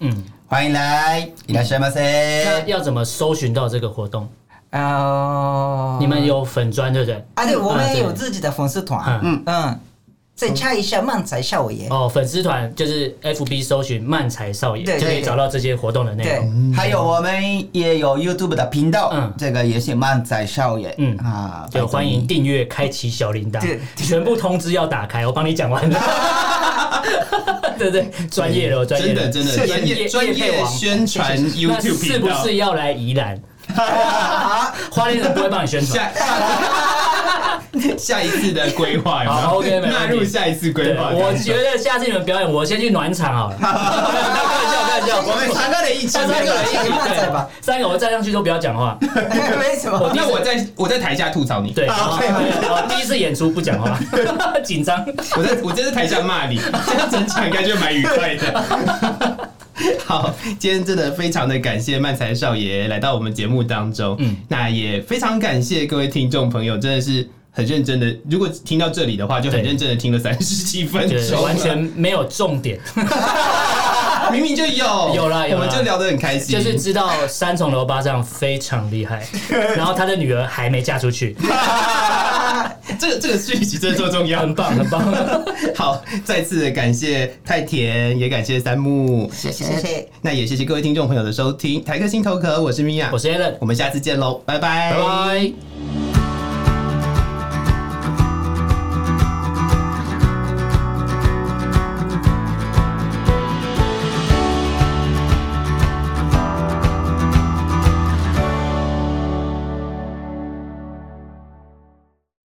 Speaker 2: 嗯，
Speaker 1: 欢迎来，いらっしゃいま
Speaker 2: 那
Speaker 1: せ。
Speaker 2: 要怎么搜寻到这个活动？
Speaker 6: 呃，
Speaker 2: 你们有粉砖对不对？
Speaker 6: 啊？对，我
Speaker 2: 啊
Speaker 6: 们
Speaker 2: 对
Speaker 6: 有自己的粉丝团。嗯
Speaker 2: 嗯
Speaker 6: 嗯，再查一下漫仔少爷。
Speaker 2: 哦，粉丝团就是 FB 搜寻漫才少爷，
Speaker 6: 对
Speaker 2: 就可以
Speaker 6: 对
Speaker 2: 找到这些活动的内
Speaker 6: 对
Speaker 2: 容。，
Speaker 1: 还有我们也有 YouTube 的频道
Speaker 2: 嗯，
Speaker 1: 这个也是漫仔少爷，
Speaker 2: 嗯
Speaker 1: 啊，
Speaker 2: 就欢迎订阅、开启小铃铛
Speaker 6: 对，
Speaker 2: 全部通知要打开。我帮你讲完了，
Speaker 6: [laughs]
Speaker 2: 对对，专业了，专业
Speaker 3: 真的
Speaker 2: 了
Speaker 3: 真的
Speaker 2: 业
Speaker 3: 专业
Speaker 2: 业
Speaker 3: 专
Speaker 2: 业配
Speaker 3: 业
Speaker 2: 王
Speaker 3: 宣
Speaker 2: [laughs]
Speaker 3: 传
Speaker 2: 那
Speaker 3: YouTube
Speaker 2: 是
Speaker 3: 频
Speaker 2: 不
Speaker 3: 道。
Speaker 6: [laughs]
Speaker 2: 是要来宜兰？花莲人不会帮你宣传，
Speaker 3: 下下 [laughs] 下一次的规划有没有
Speaker 2: 好，OK，没问题
Speaker 3: 纳入下一次规
Speaker 2: 对，
Speaker 3: 划。
Speaker 2: 我觉得下次你们表演，我先去暖场 [laughs] 好了。开玩笑，开玩笑，
Speaker 3: 我们三个人一起，
Speaker 2: 三个人一起
Speaker 6: 慢
Speaker 2: 对
Speaker 6: 载
Speaker 2: [laughs]
Speaker 6: 吧，
Speaker 2: 三个我站上去都不要讲话。
Speaker 6: 为什么？
Speaker 3: 那我在我在台下吐槽你，
Speaker 2: 对，我第一次演出不讲话， [laughs] 紧张。
Speaker 3: 我在我在台下骂 [laughs] 你，这样整场应该就蛮愉快的。 [laughs] 好，今天真的非常的感谢漫才少爷来到我们节目当中，嗯
Speaker 2: 嗯，
Speaker 3: 那也非常感谢各位听众朋友，真的是很认真的。如果听到这里的话，就很
Speaker 2: 对
Speaker 3: 认真的听了三十七分
Speaker 2: 对，
Speaker 3: 钟，
Speaker 2: 完全没有重点，
Speaker 3: 明明就 [laughs] 有
Speaker 2: 有啦有
Speaker 3: 我
Speaker 2: 啦
Speaker 3: 们就聊得很开心，
Speaker 2: 就是知道三重楼巴掌非常厉 [laughs] 害，然后他的女儿还没嫁出去，
Speaker 3: 这个这个讯息真的说重要
Speaker 2: 很。棒很棒。 [laughs]
Speaker 3: [laughs] 好，再次感谢太田，也感谢三木，
Speaker 6: 谢谢。
Speaker 3: 哎那也谢谢各位听众朋友的收听，台客心头壳，我是米娅
Speaker 2: 我，是 Allen，
Speaker 3: 我们下次见喽，拜拜，
Speaker 2: 拜拜。